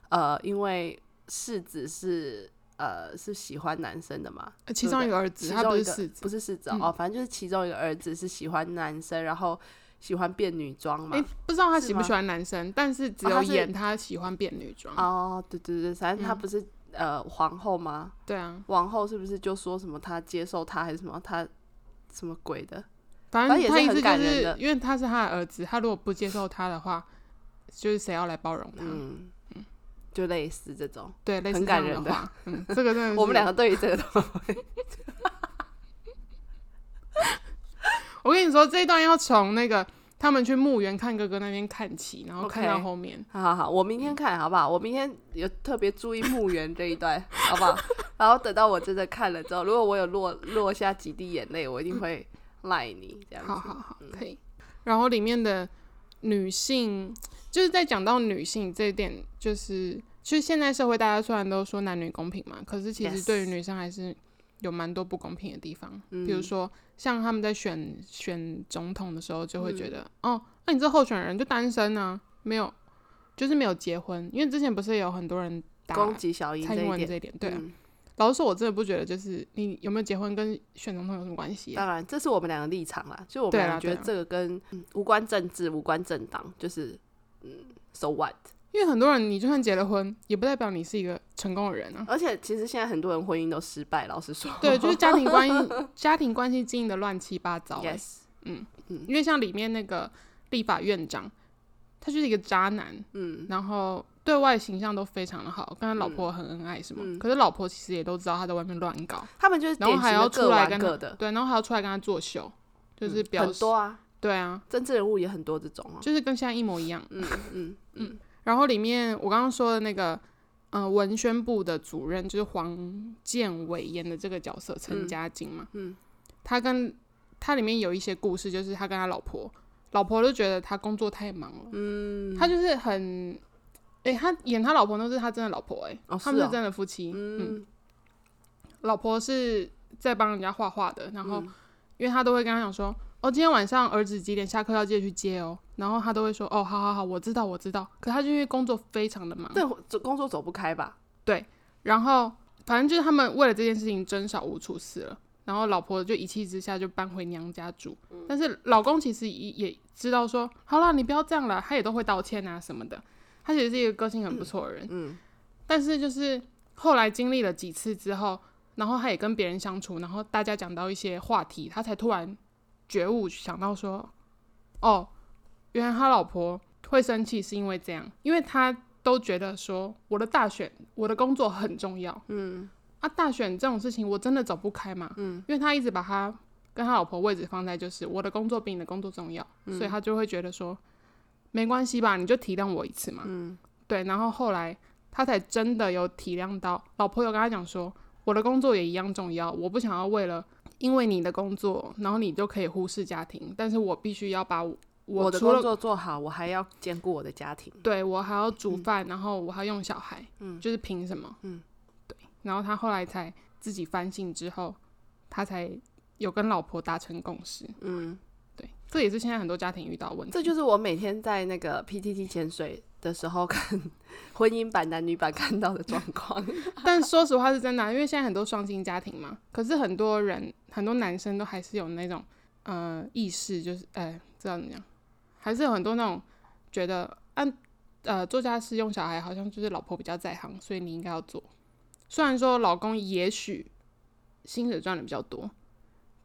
S2: 呃，因为世子是呃是喜欢男生的嘛，
S1: 呃其中一个儿子，
S2: 其
S1: 他不
S2: 中一
S1: 是
S2: 个
S1: 世子嗯
S2: 不。是世子哦、哦反正就是其中一个儿子是喜欢男生，然后喜欢变女装嘛
S1: 哎、。不知道他
S2: 是
S1: 喜不
S2: 吗
S1: 喜欢男生，但是只
S2: 哦
S1: 有
S2: 他是
S1: 演他喜欢变女装。
S2: 哦，对对对，反正他
S1: 嗯
S2: 不是、呃皇后吗？
S1: 对啊，
S2: 王后是不是就说什么他接受他还是什么他什么鬼的？
S1: 反
S2: 反
S1: 正
S2: 正也
S1: 他
S2: 是
S1: 意
S2: 很
S1: 思就
S2: 感人
S1: 是
S2: 的，
S1: 因为他是他的儿子，他如果不接受他的话，就是谁要来包容他？
S2: 嗯，就类似这种。
S1: 对，类似
S2: 很
S1: 这样
S2: 感人
S1: 的
S2: 的
S1: 话，嗯，这个真的是
S2: 我们两个，对于这个都，
S1: 我跟你说，这一段要从那个他们去墓园看哥哥那边看起，然后看到
S2: OK
S1: 后面。
S2: 好好好，我明天看好不好？我明天有特别注意墓园这一 段，好不好？然后等到我真的看了之后，如果我有落落下几滴眼泪，我一定会赖你这样子。嗯
S1: 好好好，可以。然后里面的女性，就是在讲到女性这一点，就是其实现在社会大家虽然都说男女公平嘛，可是其实
S2: Yes
S1: 对于女生还是有蛮多不公平的地方。
S2: 嗯
S1: 比如说，像他们在选选总统的时候，就会觉得，
S2: 嗯
S1: 哦，那你这候选人就单身啊，没有，就是没有结婚，因为之前不是有很多人打
S2: 攻击小英
S1: 蔡
S2: 这
S1: 英
S2: 一
S1: 文
S2: 点，
S1: 这一点，对啊、
S2: 嗯
S1: 老实说，我真的不觉得，就是你有没有结婚跟选总统有什么关系、啊？
S2: 当然这是我们两个立场啦，就我们
S1: 对
S2: 俩
S1: 啦
S2: 觉得
S1: 对啊啦
S2: 这个跟、嗯无关政治、无关政党，就是嗯，so what。
S1: 因为很多人，你就算结了婚，也不代表你是一个成功的人
S2: 。
S1: 啊
S2: 而且其实现在很多人婚姻都失败，老实说。
S1: 对，就 是家庭关系，家庭关系经营的乱七八糟欸、
S2: yes，
S1: 因为像里面那个立法院长，他就是一个渣男，
S2: 嗯，
S1: 然后对外形象都非常的好，跟他老婆很恩爱什么。
S2: 嗯
S1: 可是老婆其实也都知道他在外面乱搞，
S2: 他们就是
S1: 然后
S2: 典
S1: 还
S2: 型
S1: 要
S2: 的
S1: 出
S2: 各
S1: 来
S2: 玩
S1: 跟
S2: 各
S1: 他
S2: 的，
S1: 对，然后还要出来跟他作秀，就是表
S2: 嗯很
S1: 示、
S2: 多啊，
S1: 对啊，
S2: 政治人物也很多这种啊。
S1: 就是跟现在一模一样。
S2: 嗯嗯嗯，
S1: 然后里面我刚刚说的那个，呃，文宣部的主任就是黄建伟演的这个角色陈
S2: 嗯
S1: 嘉晶嘛，
S2: 嗯
S1: 他跟他里面有一些故事，就是他跟他老婆，老婆就觉得他工作太忙了，
S2: 嗯，
S1: 他就是很，诶，他演他老婆都是他真的老婆、诶，
S2: 哦
S1: 他
S2: 是
S1: 们是
S2: 哦
S1: 真的夫妻，嗯，
S2: 嗯
S1: 老婆是在帮人家画画的，然后
S2: 嗯
S1: 因为他都会跟他讲说，哦，今天晚上儿子几点下课要记得去接哦，然后他都会说，哦，好好好，我知道我知道，可他就因为工作非常的忙，
S2: 这这工作走不开吧？
S1: 然后反正就是他们为了这件事情争吵无处死了，然后老婆就一气之下就搬回娘家住。
S2: 嗯
S1: 但是老公其实也也知道说，好啦，你不要这样了，他也都会道歉啊什么的。他其实是一个个性很不错的人，
S2: 嗯
S1: 但是就是后来经历了几次之后，然后他也跟别人相处，然后大家讲到一些话题，他才突然觉悟，想到说，哦，原来他老婆会生气是因为这样，因为他都觉得说我的大选，我的工作很重要
S2: 嗯
S1: 啊，大选这种事情我真的走不开嘛，
S2: 嗯，
S1: 因为他一直把他跟他老婆位置放在就是我的工作比你的工作重要，
S2: 嗯
S1: 所以他就会觉得说没关系吧，你就体谅我一次嘛，
S2: 嗯
S1: 对，然后后来他才真的有体谅到，老婆有跟他讲说，我的工作也一样重要，我不想要为了因为你的工作，然后你就可以忽视家庭，但是我必须要把我
S2: 我的
S1: 除
S2: 工
S1: 了
S2: 作做好，我还要兼顾我的家庭。
S1: 对我还要煮饭，然后我还要用小孩，嗯，就是凭什么？
S2: 嗯，
S1: 对，然后他后来才自己反省之后，他才有跟老婆达成共识。
S2: 嗯，
S1: 对，这也是现在很多家庭遇到的问题。
S2: 这就是我每天在那个 PTT 潜水的时候看婚姻版、男女版看到的状况。
S1: 但说实话是真的啊、因为现在很多双亲家庭嘛，可是很多人很多男生都还是有那种呃意识，就是哎，知道怎么讲，还是有很多那种觉得按呃做家事用小孩好像就是老婆比较在行，所以你应该要做。虽然说老公也许薪水赚的比较多，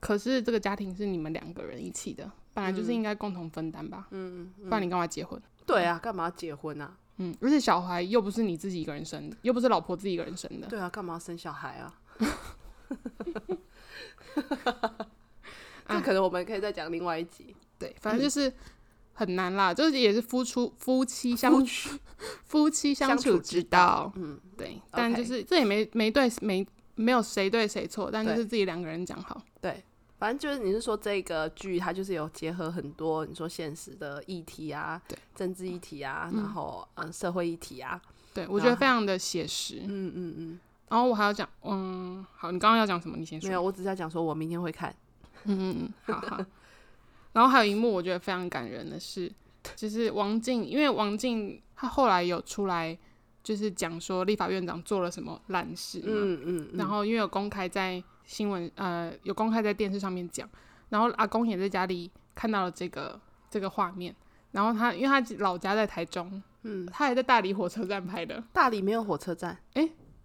S1: 可是这个家庭是你们两个人一起的，本来就是应该共同分担吧，
S2: 嗯，
S1: 不然你干嘛结婚？
S2: 对啊，干嘛要结婚啊？
S1: 嗯，而且小孩又不是你自己一个人生的，又不是老婆自己一个人生的。
S2: 对啊，干嘛要生小孩啊？
S1: 啊
S2: 这可能我们可以再讲另外一集。
S1: 对，反正就是很难啦，就是也是夫出夫妻相处 夫妻相
S2: 相
S1: 处
S2: 处
S1: 之
S2: 之
S1: 道，
S2: 嗯，
S1: 对。但就是这也没没对没没有谁对谁错，但就是自己两个人讲好。
S2: 对，反正就是你是说这个剧它就是有结合很多你说现实的议题啊，
S1: 对，
S2: 政治议题啊，然后嗯社会议题啊，
S1: 对我觉得
S2: 然后
S1: 非常的写实。
S2: 嗯嗯嗯，
S1: 然后我还要讲，嗯，好，你刚刚要讲什么？你先说。
S2: 没有，我只是要讲说我明天会看，
S1: 嗯，嗯嗯，好好。然后还有一幕我觉得非常感人的是，就是王静，因为王静她后来有出来，就是讲说立法院长做了什么烂事嘛，
S2: 嗯嗯，嗯
S1: 然后因为有公开在新闻，呃，有公开在电视上面讲，然后阿公也在家里看到了这个这个画面，然后他因为他老家在台中，
S2: 嗯，
S1: 他还在大理火车站拍的，
S2: 大理没有火车 站，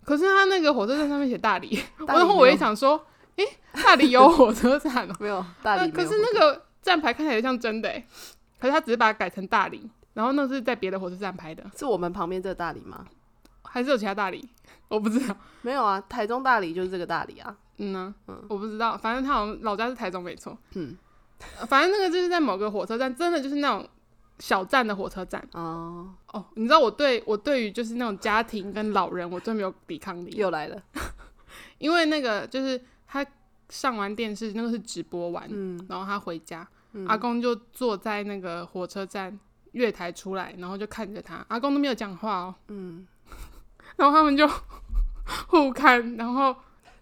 S1: 可是他那个火车站上面写大理，
S2: 大理
S1: 然后
S2: 没
S1: 我也
S2: 有，
S1: 想说，诶，大理有火车站哦
S2: 没有大
S1: 呃
S2: 理没有火车站，
S1: 可是那个站牌看起来像真的诶，可是他只是把它改成大理，然后那是在别的火车站拍的，
S2: 是我们旁边这个大理吗？
S1: 还是有其他大理，我不知道。
S2: 没有啊，台中大理就是这个大理啊，
S1: 嗯呢、
S2: 嗯
S1: 我不知道，反正他好像老家是台中，没错。
S2: 嗯
S1: 呃反正那个就是在某个火车站，真的就是那种小站的火车站。
S2: 哦，
S1: 哦，你知道我对我对于就是那种家庭跟老人，我最没有抵抗力，
S2: 又来了，
S1: 因为那个就是他上完电视，那个是直播完，
S2: 嗯
S1: 然后他回家，
S2: 嗯
S1: 阿公就坐在那个火车站月台出来，然后就看着他，阿公都没有讲话哦，
S2: 嗯，
S1: 然后他们就互看，然后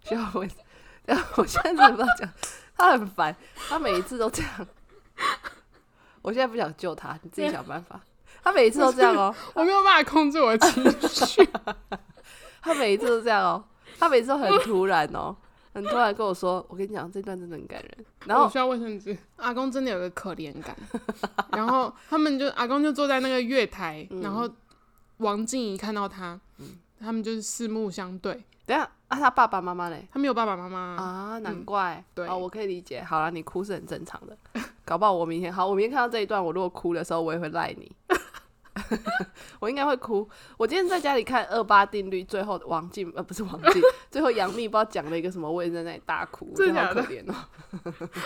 S2: 需要我， 我现在真的不知道讲，他很烦，他每一次都这样， 我现在不想救他，你自己想办法。他每一次都这样哦，
S1: 我没有办法控制我的情绪，
S2: 他每一次都这样哦，他每次都很突然哦，很突然跟我说，我跟你讲，这段真的很感人。然
S1: 我
S2: 后
S1: 需要卫生纸。阿公真的有个可怜感，然后他们就阿公就坐在那个月台，然后王静怡看到他，他们就是四目相对，
S2: 等一下啊，他爸爸妈妈嘞？
S1: 他没有爸爸妈妈，
S2: 啊，难怪，
S1: 嗯对
S2: 哦，我可以理解。好了，你哭是很正常的，搞不好我明天好，我明天看到这一段，我如果哭的时候，我也会赖你， 我应该会哭。我今天在家里看二八定律，最后王静呃不是王静， 最后杨幂不知道讲了一个什么，我也在那里大哭，我觉
S1: 真
S2: 得
S1: 的
S2: 好可
S1: 假
S2: 怜哦。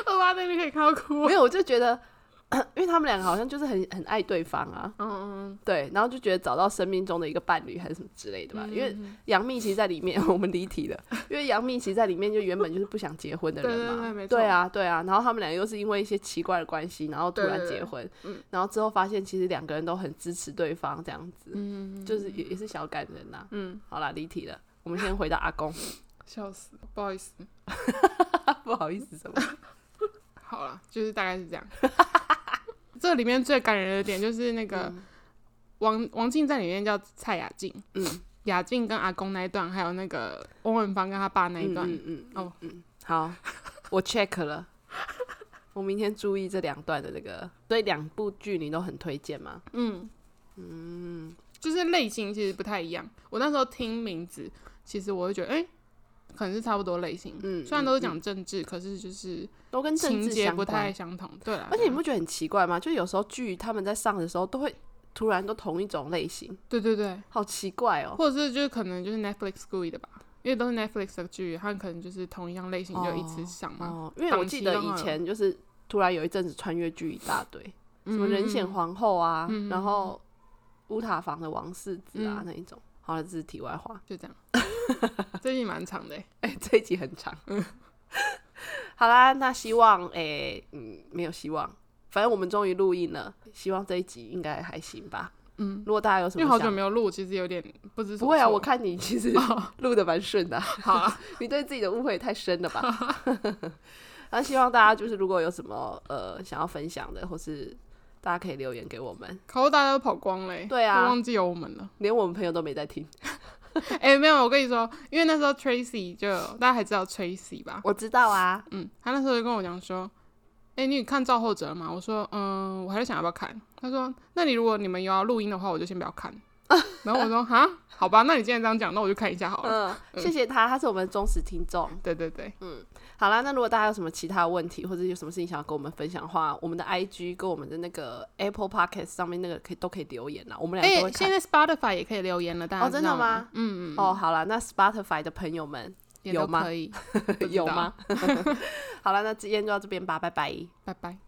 S1: 二八那里可以看到哭
S2: 没。有，我就觉得， 因为他们两个好像就是很很爱对方啊，
S1: 嗯，
S2: 对，然后就觉得找到生命中的一个伴侣还是什么之类的吧。因为杨幂其实在里面， 我们离题了。因为杨幂其实在里面就原本就是不想结婚的人嘛，
S1: 对对对没错
S2: 啊，对啊。然后他们两个又是因为一些奇怪的关系，然后突
S1: 对对
S2: 然
S1: 对
S2: 结婚，
S1: 嗯
S2: 然后之后发现其实两个人都很支持对方，这样子，
S1: 嗯，
S2: 就是也也是小感人呐、
S1: 嗯，
S2: 好啦，离题了，我们先回到阿 公，
S1: 笑死，不好意思。
S2: 不好意思什么，
S1: 好了，就是大概是这样。这里面最感人的点就是那个王王静在里面叫蔡雅静，
S2: 嗯，
S1: 雅静跟阿公那一段，还有那个翁文芳跟他爸那一段，
S2: 嗯嗯嗯
S1: 哦
S2: 嗯，好，我 check 了。我明天注意这两段的那个，所以两部剧你都很推荐吗？
S1: 嗯，嗯，就是类型其实不太一样。我那时候听名字，其实我会觉得，哎、可能是差不多类型。
S2: 嗯
S1: 虽然都是
S2: 嗯
S1: 讲政治，可是就是
S2: 都跟政
S1: 情
S2: 治
S1: 节
S2: 相
S1: 不太
S2: 关。
S1: 相同。对啦，
S2: 而且
S1: 对
S2: 你
S1: 啦
S2: 不觉得很奇怪吗？就有时候剧他们在上的时候，都会突然都同一种类型，
S1: 对对对，
S2: 好奇怪哦。
S1: 或者是就是可能就是 Netflix 故意的吧，因为都是 Netflix 的剧，它可能就是同一样类型就一直上嘛。嗯
S2: 哦，因为我
S1: 档
S2: 记
S1: 期
S2: 得
S1: 刚好
S2: 以
S1: 有
S2: 前就是突然有一阵子穿越剧一大堆，
S1: 嗯
S2: 什么人显
S1: 嗯
S2: 皇后啊，
S1: 嗯
S2: 然后乌塔房的王世子啊、
S1: 嗯
S2: 那一种。好了，这是题外话
S1: 嗯。就这样，最近 蛮长的欸。
S2: 哎、这一集很长。
S1: 嗯
S2: 好啦，那希望哎、嗯，没有希望，反正我们终于录音了，希望这一集应该还行吧。嗯，如果大家有什
S1: 因
S2: 么
S1: 为
S2: 想，
S1: 好久没有录，其实有点不知
S2: 不
S1: 所措。
S2: 会啊，我看 你其实录的蛮顺的啊、
S1: 好啊，
S2: 你对自己的误会也太深了吧？ 然后希望大家就是如果有什么呃想要分享的，或是大家可以留言给我们，
S1: 烤肉大家都跑光嘞、
S2: 对啊
S1: 都忘记有我们了。
S2: 连我们朋友都没在听。
S1: 哎、没有，我跟你说，因为那时候 Tracy 就大家还知道 Tracy 吧？
S2: 我知道啊，
S1: 嗯，他那时候就跟我讲说，哎、你有看《造后者》了吗？我说，嗯，我还在想要不要看。他说，那你如果你们有要录音的话，我就先不要 看。然后我说，哈，好吧，那你既然这样讲，那我就看一下好了。
S2: 嗯，谢谢他，他是我们的忠实听众。
S1: 对对对，
S2: 好啦，那如果大家有什么其他问题，或者有什么事情想要跟我们分享的话，我们的 IG 跟我们的那个 Apple Podcast 上面那个可以都可以留言啦，啊我们俩
S1: 哎、
S2: 都会看。
S1: 现在 Spotify 也可以留言了，大家
S2: 哦，真
S1: 知
S2: 的
S1: 道吗？
S2: 吗？嗯嗯。哦，好啦，那 Spotify 的朋友们
S1: 也
S2: 有
S1: 都
S2: 吗
S1: 可以
S2: ，有吗？？好啦，那今天就到这边吧，拜拜。
S1: 拜拜。